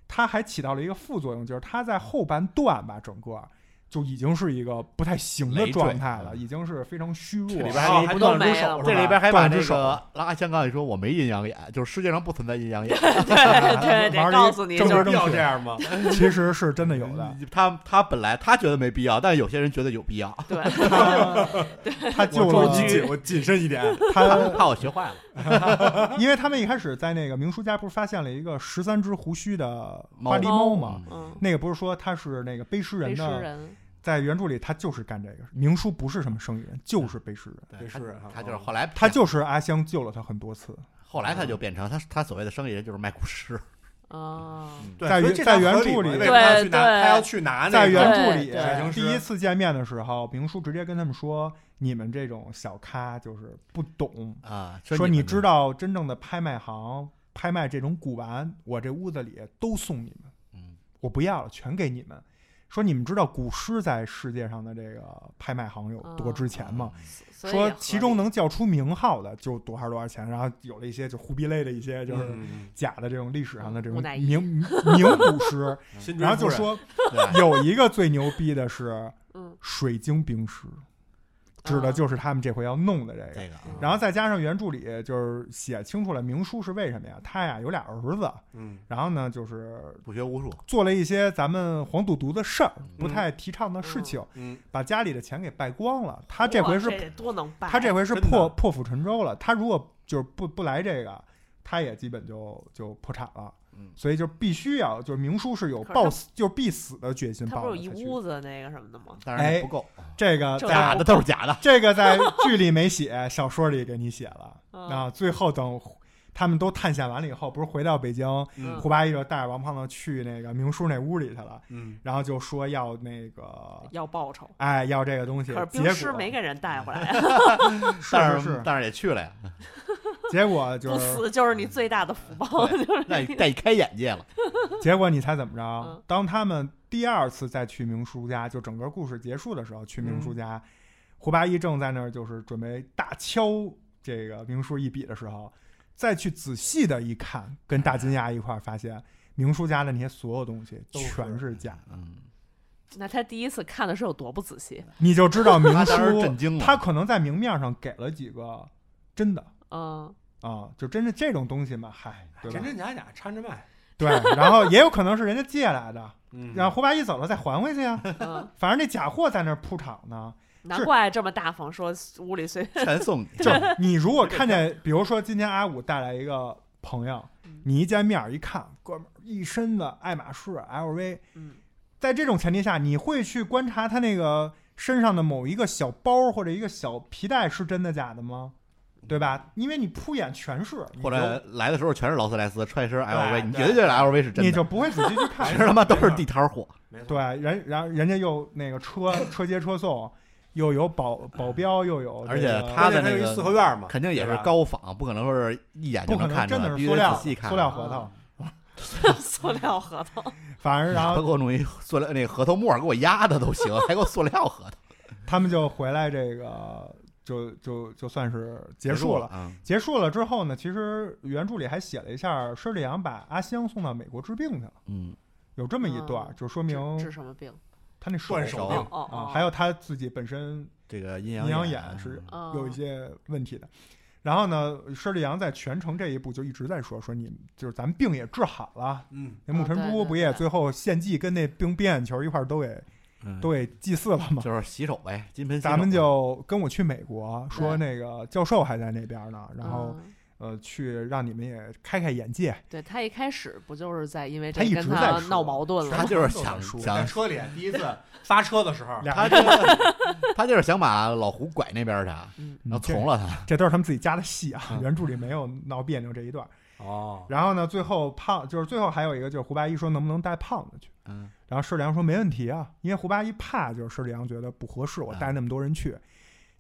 它还起到了一个副作用，就是它在后半段吧，整个就已经是一个不太行的累赘状态了，嗯已经是非常虚弱这里了。边还还不断都只没了手，这里边还把断这只手个拉香港里说我没阴阳眼，就是世界上不存在阴阳眼，对对玩儿对，一告诉你就政治是正要确这样吗？ 其实是真的 有的。他他本来他觉得没必要，但是有些人觉得有必要，对， 他他救了嗯我谨我谨慎一点， 他，怕我学坏了。 因为他们一开始在那个明叔家不是发现了一个十三只胡须的猫花狸猫吗？嗯嗯，那个不是说他是那个背诗背 人诗的，人，在原著里他就是干这个。明叔不是什么生意人，就是背诗人，对也他是哈他就是后来他就是阿香救了他很多次。后来他就变成他他所谓的生意人就是卖古 诗，啊，对在所以原这在才原合理著嘛里为什么他要去对拿对他在要去拿那个原著里对对第一次见面的时候，明叔直接跟他们说：“你们这种小咖就是不懂，啊，说你们知道真正的拍卖行拍卖这种古玩，我这屋子里都送你们，嗯，我不要了，全给你们。说你们知道古诗在世界上的这个拍卖行有多值钱吗？哦嗯所以说也合其中理能叫出名号的就多少多少钱，然后有了一些就忽必烈的一些就是嗯假的这种历史上的这种木乃伊名 名古诗，新追然后就夫人说对有一个最牛逼的是嗯水晶冰石，指的啊就是他们这回要弄的这个。这个啊，然后再加上原著里就是写清楚了明叔是为什么呀？他呀有俩儿子，嗯，然后呢就是不学无术，做了一些咱们黄赌毒的事儿嗯，不太提倡的事情，嗯把家里的钱给败光了。他这哇回是得多能办，啊他这回是真的破破釜沉舟了。他如果就是不不来这个，他也基本就就破产了。嗯所以就必须要，就是明叔是有可是报死就是必死的决心他报不了是有一才去屋子那个什么的吗？当然哎不够，这个正在大假的都是假的。这个在剧里没写，小说里给你写了啊，啊。最后等他们都探险完了以后，不是回到北京，嗯胡八一就带着王胖子去那个明叔那屋里去了，嗯，然后就说要那个，要报酬。哎，要这个东西。可是结冰师果没给人带回来呀，是但是是，但是也去 了呀，结果就不是死就是你最大的福报。就是那你带开眼界了。 结果你猜怎么嗯着？当他们第二次再去明叔家，就整个故事结束的时候，去明叔嗯家，胡八一正在那儿就是准备大敲这个明叔一笔的时候，再去仔细的一看，跟大金牙一块儿发现。明叔家的那些所有东西都是全是假的，嗯， 那他第一次看的是有多不仔细？你就知 道明他叔当时震惊了，他可能在明面上给了几个真的嗯，啊，就真是这种东西嘛，嗨，对吧真？真假假掺着卖，对，然后也有可能是人家借来的，嗯让胡八一走了再还回去呀。 嗯反正那假货在那儿铺场呢。难怪这么大方，说屋里随全 送你，就你如果看见， 比如说今天阿五带来一个朋友嗯，你一见面一看，哥们儿一身的爱马仕、LV，嗯在这种前提下，你会去观察他那个身上的某一个小包或者一个小皮带是真的假的吗？对吧？因为你铺眼全是，你或者来的时候全是劳斯莱斯，穿一身 LV，对你绝对觉得 LV 是就真你的，就不会仔细去 看其。实他妈都啊是地摊货。没对错，，人然后人家又那个车车接车送，又有保保镖，又有这而且个、他关键的那有个一四合院嘛，肯定也是对吧高仿，不可能说是一眼就不可看能出来，真的必须是塑得料仔细看。啊塑料核桃， 塑料合同。反正然包后括弄一塑料那个核桃沫儿给我压的都行，还给我塑料核桃，他们就回来这个就就就算是结束了。啊！结束了之后呢，其实原著里还写了一下，施利阳把阿香送到美国治病去了，嗯，有这么一段，嗯就说明治治什么病？他那手断手手病病哦，哦啊哦，，还有他自己本身这个阴阴阳眼眼是嗯有一些问题的。然后呢，施利阳在全程这一步就一直在说说你们就是咱们病也治好了，嗯，那木啊尘对珠对不也对最后献祭跟那冰冰眼球一块儿都给嗯都给祭祀了吗？就是洗手呗，金盆洗手咱们就跟我去美国，嗯说那个教授还在那边呢，然后嗯呃去让你们也开开眼界。对他一开始不就是在因为这他一跟直他在说闹矛盾了他吗？就是全想都在在想，车里第一次发车的时候，俩他人就是 他就是想把老胡拐那边儿去，啊嗯然后从了他。这都是他们自己加的戏啊，嗯原著里没有闹别扭这一段。哦，然后呢，最后胖就是最后还有一个就是胡八一说能不能带胖子去，嗯，然后施里阳说没问题啊，因为胡八一怕就是施里阳觉得不合适，我嗯带那么多人去。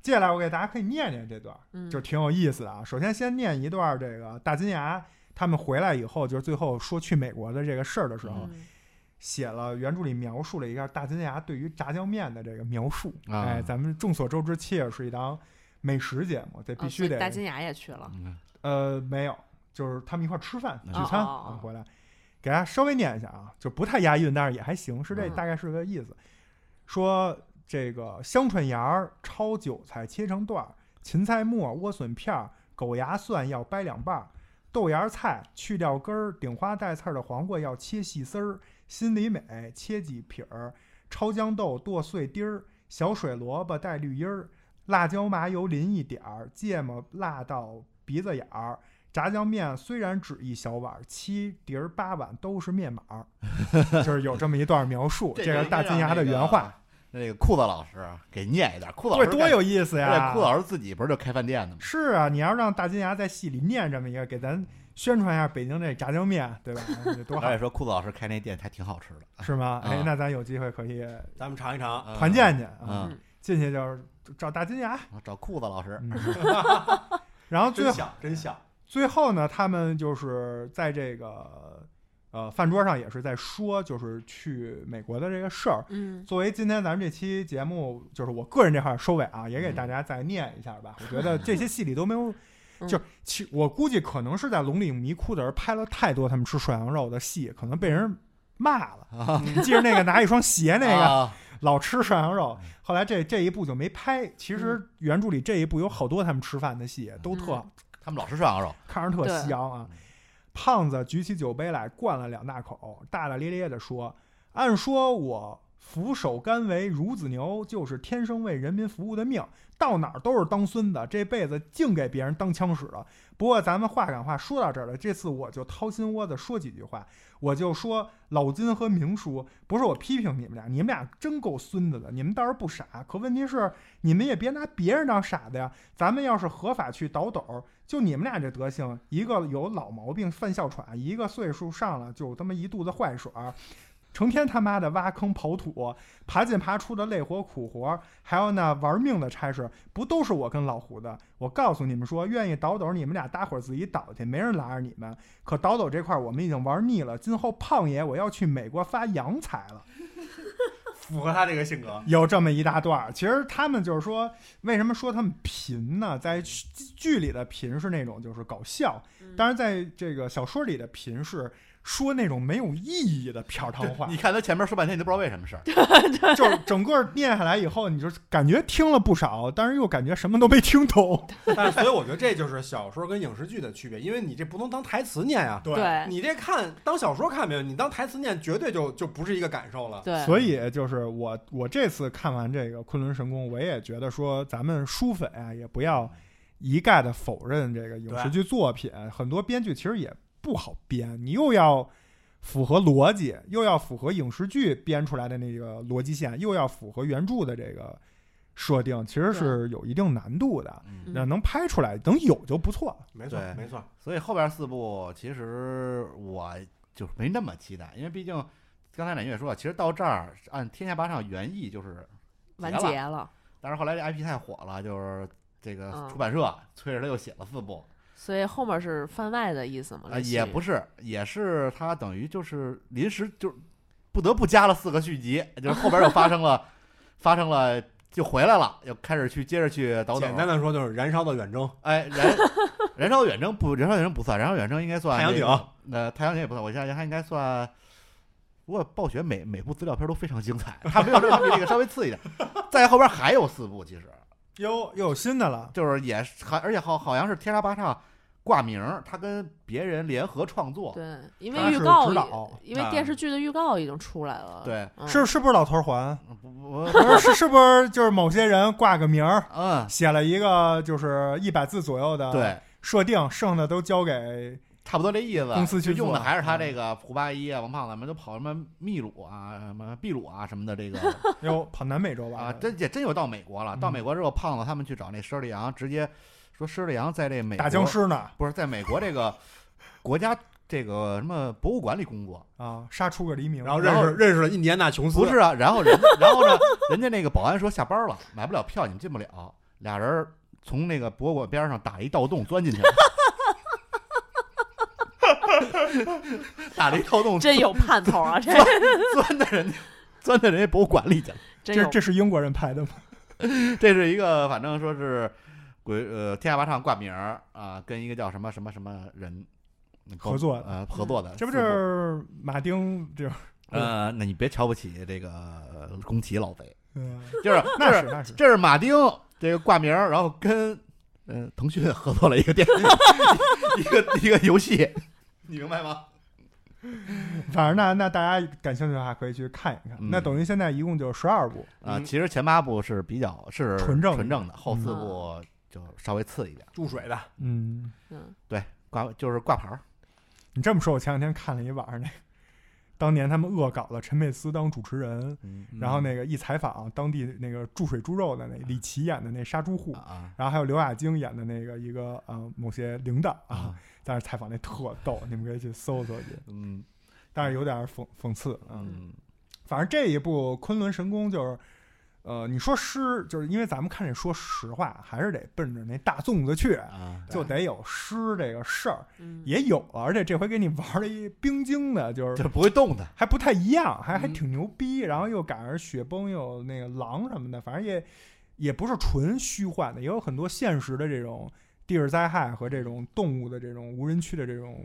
接下来我给大家可以念念这段，嗯就挺有意思的啊。首先先念一段这个大金牙他们回来以后，就是最后说去美国的这个事儿的时候，嗯写了原著里描述了一下大金牙对于炸酱面的这个描述。啊哎，咱们众所周知，《切尔是一档美食节目，这啊必所须以得、大金牙也去了，嗯呃没有，就是他们一块儿吃饭嗯聚餐哦哦哦啊回来，给大家稍微念一下啊，就不太押韵，但是也还行，是这嗯大概是个意思。说这个香椿芽儿焯韭菜切成段儿，芹菜末、莴笋片儿、狗牙蒜要掰两半儿，豆芽菜去掉根儿，顶花带刺儿的黄瓜要切细丝儿，心里美切几撇儿，焯豇豆剁碎丁儿，小水萝卜带绿缨儿，辣椒麻油淋一点儿，芥末辣到鼻子眼儿。炸酱面虽然只一小碗儿，七碟儿八碗都是面码 儿，就是有这么一段描述，这个大金牙的原话，。那个裤子老师给念一点，裤子老对，师多干有意思对，呀！裤子老师自己不是就开饭店的吗？是啊，你要让大金牙在戏里念这么一个，给咱宣传一下北京这炸酱面，对 吧？这多而好且，说裤子老师开那店还挺好吃的，是吗？哎啊，那咱有机会可以咱们尝一尝，嗯团建去啊，嗯，进去就是找大金牙。找裤子老师，嗯 然后最真后香真香，最后呢，他们就是在这个呃饭桌上也是在说，就是去美国的这个事儿。嗯，作为今天咱们这期节目，就是我个人这块儿收尾啊，也给大家再念一下吧。我觉得这些戏里都没有，嗯就是其我估计可能是在《龙岭迷窟》的时候拍了太多他们吃涮羊肉的戏，可能被人骂了。你记着那个拿一双鞋那个，啊老吃涮羊肉，后来这这一部就没拍。其实原著里这一部有好多他们吃饭的戏，都特、嗯他们老吃涮羊肉，看着特对香啊嗯。胖子举起酒杯来，灌了两大口，大大咧咧地说：“按说我俯首甘为孺子牛，就是天生为人民服务的命，到哪儿都是当孙子，这辈子净给别人当枪使了。不过咱们话赶话说到这儿了，这次我就掏心窝子说几句话，我就说老金和明叔，不是我批评你们俩，你们俩真够孙子的，你们倒是不傻，可问题是你们也别拿别人当傻子呀。咱们要是合法去倒斗，就你们俩这德行，一个有老毛病犯哮喘，一个岁数上了就他妈一肚子坏水儿。成天他妈的挖坑刨土，爬进爬出的累活苦活，还有那玩命的差事，不都是我跟老胡的？我告诉你们说，愿意倒斗，你们俩大伙儿自己倒去，没人拦着你们。可倒斗这块儿我们已经玩腻了，今后胖爷我要去美国发洋财了。符合他这个性 格。有这么一大段儿。其实他们就是说，为什么说他们贫呢？在剧剧里的贫是那种就是搞笑，当然在这个小说里的贫是说那种没有意义的片儿汤话 你，看他前面说半天，你都不知道为什么事儿。就是整个念下来以后，你就感觉听了不少，但是又感觉什么都没听懂。但是所以我觉得这就是小说跟影视剧的区别，因为你这不能当台词念啊。对你这看当小说看没有，你当台词念绝对就就不是一个感受嗯了。对，所以就是我我这次看完这个《昆仑神功》，我也觉得说咱们书粉啊也不要一概的否认这个影视剧作品，很多编剧其实也不好编，你又要符合逻辑，又要符合影视剧编出来的那个逻辑线，又要符合原著的这个设定，其实是有一定难度的。嗯那能拍出来，能有就不错了。没错对，没错。所以后边四部其实我就是没那么期待，因为毕竟刚才奶牛也说了，其实到这儿按《天下霸唱》原意就是完结结了，了，但是后来这 IP 太火了，就是这个嗯出版社催着他又写了四部，所以后面是番外的意思嘛？啊，类似于也不是，也是他等于就是临时就是不得不加了四个续集，就是后边又发生了，发生了就回来了，又开始去接着去倒斗简，单的说就是燃烧的远征，哎，燃燃烧远征不燃烧远征不算，燃烧远征应该算太阳那井个，那太阳井也不算，我想想它应该算。不过暴雪每每部资料片都非常精彩，它没有这比这个稍微次一点，在后边还有四部，其实哟，又有新的了，就是也是还而且好好像是天沙八唱挂名儿，他跟别人联合创作，对，因他为预是告指已导，因为啊电视剧的预告已经出来了。对，嗯，是是不是老头环？ 不不不不是是是不是就是某些人挂个名儿？嗯，写了一个就是一百字左右的对，设定，剩下的都交给啊差不多这意思。公司去就用做嗯的还是他这个胡八一啊、王胖子们都跑什么秘鲁啊、什么秘鲁啊什么的这 个又跑南美洲吧啊，真也真有到美国了。到嗯美国之后，胖子他们去找那施利阳，直接说施利阳在这美国打僵尸呢不是在美国这 个国家这个什么博物馆里工作，啊，杀出个黎明，然后认识认识了印第安纳琼斯，不是啊？然后人 家然后呢，人家那个保安说下班了，买不了票，你们进不了。俩人从那个博物馆边上打了一盗洞，钻进去 了。打了一盗洞，真有盼头 啊！这 钻到人家，钻到人家博物馆里去了。真这有这是英国人拍的吗？这是一个，反正说是鬼呃，天下八唱挂名儿啊、跟一个叫什么什么什么人合作的嗯呃合作的，这不就是嗯马丁这种？呃，那你别瞧不起这个呃宫崎老 贼， 嗯，就是那这是是那是，这是马丁这个挂名儿，然后跟呃腾讯合作了一个电一个一个游戏，你明白吗？反正那那大家感兴趣的话可以去看一看。嗯那等于现在一共就十二部，啊、嗯其实前八部是比较是纯正的啊纯正的，后四嗯部就稍微次一点，注水的，嗯，嗯挂就是挂牌儿。你这么说，我前两天看了一晚上那个，当年他们恶搞了陈佩斯当主持人，嗯然后那个一采访当地那个注水猪肉的那李琦演的那杀猪户，啊然后还有刘雅晶演的那个一个呃某些领导啊啊，在那采访那特逗，你们可以去搜搜去，嗯但是有点讽讽刺啊。嗯反正这一部《昆仑神功》就是，呃，你说诗，就是因为咱们看这说实话，还是得奔着那大粽子去，啊，就得有诗这个事儿嗯，也有了，而且这回给你玩了一冰晶的，就是这不会动的。还不太一样，还还嗯挺牛逼，然后又赶上雪崩，又有那个狼什么的，反正也也不是纯虚幻的，也有很多现实的这种地质灾害和这种动物的这种无人区的这种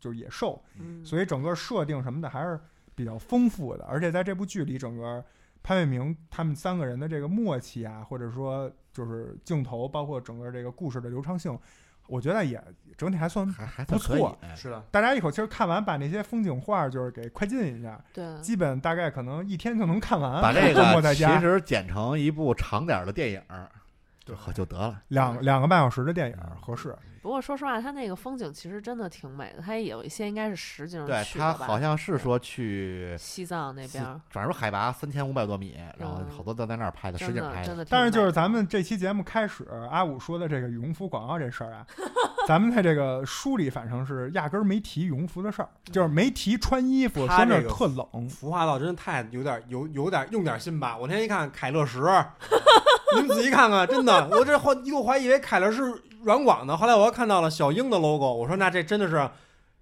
就是野兽，嗯所以整个设定什么的还是比较丰富的，而且在这部剧里，整个潘粤明他们三个人的这个默契啊，或者说就是镜头，包括整个这个故事的流畅性，我觉得也整体还算还还不算可以错。哎是的，大家一口气儿看完，把那些风景画就是给快进一下，对，基本大概可能一天就能看完。把这 周末个在其家实剪成一部长点儿的电影儿，就就得了。两两个半小时的电影儿合适。不过说实话，它那个风景其实真的挺美的，它也有一些应该是实景对去他的吧好像是说去西藏那四边儿，反正海拔三千五百多米，然后嗯好多都在那儿拍的，实真景的拍真的挺美的。但是就是咱们这期节目开始，阿五说的这个羽绒服广告这 事儿啊，咱们在这个书里反正是压根儿没提羽绒服的事儿，嗯就是没提穿衣服，他说那这儿个特冷。服化道真的太有点有有点用点心吧。我那天一看凯乐石， 你们仔细看看，真的，我这怀一度怀疑以为凯乐是软广的，后来我又看到了小鹰的 logo，我说那这真的是，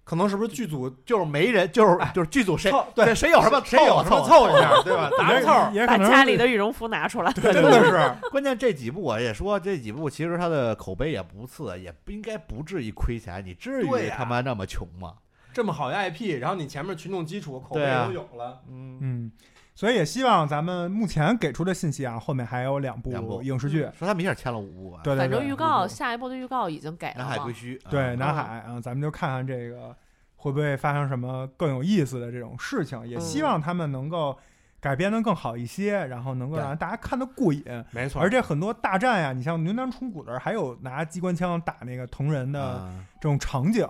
可能是不是剧组就是没人，就是就是剧组谁凑对谁有哦什么谁有什凑么凑一下，对吧？打个也凑儿，也可把能家里的羽绒服拿出来， 对真的是。 关键这几部我也说，这几部其实它的口碑也不次，也不应该不至于亏钱。你至对于呀他妈那么穷吗？这么好的 IP，然后你前面群众基础口碑对啊都有了，嗯，嗯，所以也希望咱们目前给出的信息啊，后面还有两两部部影视剧，说他们一下签了五部吧，啊对对对，嗯反正预告嗯下一步的预告已经给了南海嘛归。墟，对嗯南哦海啊，咱们就看看这个会不会发生什么更有意思的这种事情，也嗯希望他们能够改编的更好一些，然后能够对让大家看得过瘾。没错而且很多大战呀、你像云南虫谷的，还有拿机关枪打那个藤人的嗯这种场景，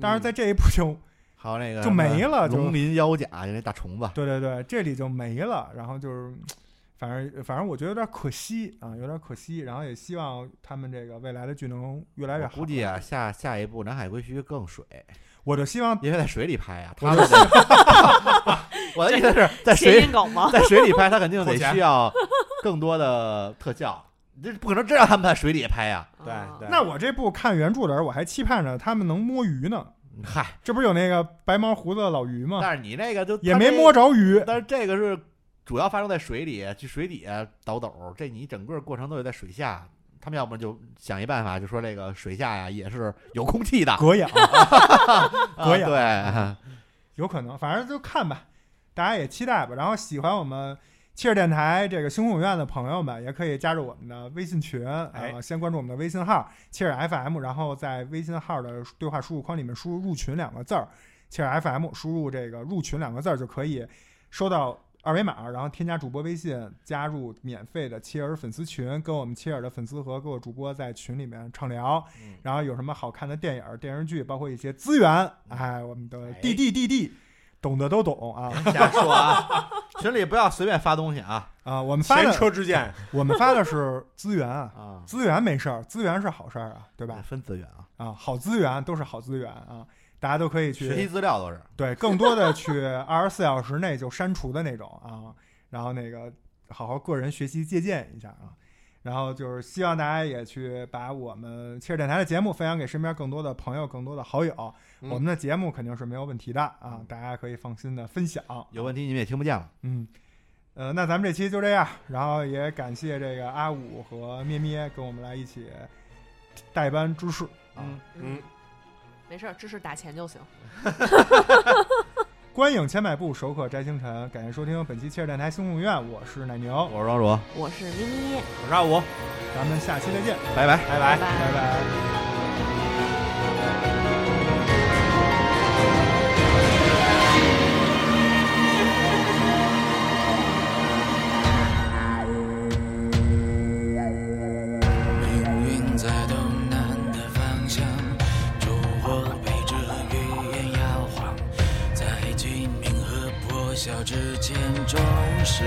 但是在这一部就，还有那个就没了就龙鳞腰甲就那大 虫子，对对对，这里就没了。然后就是，反正反正我觉得有点可惜啊，有点可惜。然后也希望他们这个未来的剧能越来越我好。估计啊，下下一部南海归墟更水，我就希望因为在水里拍 呀、他们得我的意思是在谐水音梗吗？ 在水里拍，他肯定 得扣钱需要更多的特效，这不可能真让他们在水里拍啊呀、对啊对，那我这部看原著的时候，我还期盼着他们能摸鱼呢。嗨，这不是有那个白毛胡子的老鱼吗？但是你那个就嗯也他没这摸着鱼。但是这个是主要发生在水里，去水底下倒斗，这你整个过程都得在水下。他们要不就想一办法，就说这个水下呀也是有空气的，隔痒 啊隔氧对，有可能，反正就看吧，大家也期待吧。然后喜欢我们汽车电台这个星空影院的朋友们，也可以加入我们的微信群，哎呃，先关注我们的微信号“汽车 FM”，然后在微信号的对话输入框里面输入“入群”两个字儿，“汽车 FM”，输入这个“入群”两个字儿就可以收到。二维码，然后添加主播微信，加入免费的切尔粉丝群，跟我们切尔的粉丝和各个主播在群里面畅聊，嗯然后有什么好看的电影、电视剧，包括一些资源，哎，我们的哎 D D D D 懂的都懂啊 瞎说啊，群里不要随便发东西啊啊！我们发前的车之鉴，我们发的是资源啊，啊，资源没事儿，资源是好事儿啊，对吧？分资源啊，啊，好资源都是好资源啊，大家都可以学习去资料都是， 对更多的去二十四小时内就删除的那种啊，然后那个好好个人学习借鉴一下啊。然后就是希望大家也去把我们汽车电台的节目分享给身边更多的朋友、更多的好友。嗯我们的节目肯定是没有问题的啊，大家可以放心的分享。有问题你们也听不见了，嗯，呃，那咱们这期就这样，然后也感谢这个阿五和咩咩跟我们来一起代班之事啊。嗯嗯，没事儿，支持打钱就行。观影千百步，手可摘星辰。感谢收听本期切尔电台星空影院，我是奶牛，我是庄主，我是咪咪，我是阿五，咱们下期再见，拜拜。拜拜拜。拜拜。命运在东南的方向，烛火陪着语言摇晃，在鸡鸣和破晓之间钟声，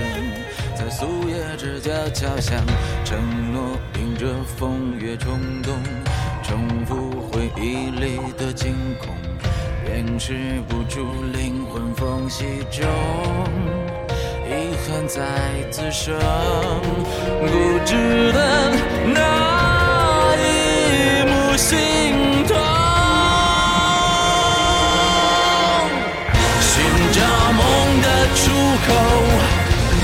在夙夜之交敲响，承诺迎着风越冲动，重复回忆里的惊恐，掩饰不住灵魂缝隙中。遗憾再滋生，固执的那一幕心痛，寻找梦的出口，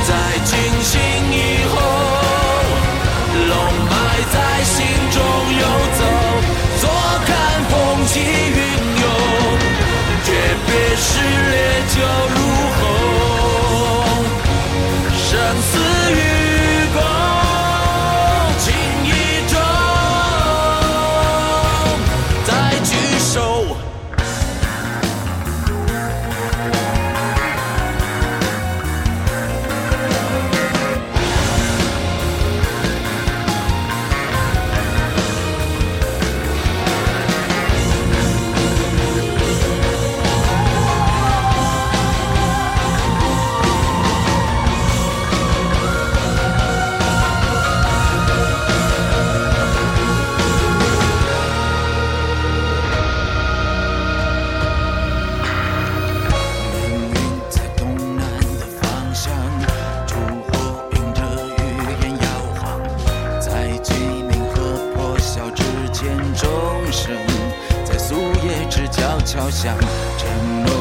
在清醒以后，笼埋在心中游走，坐看风起云涌，诀别时烈酒入喉。生死与共，情意重。想，承诺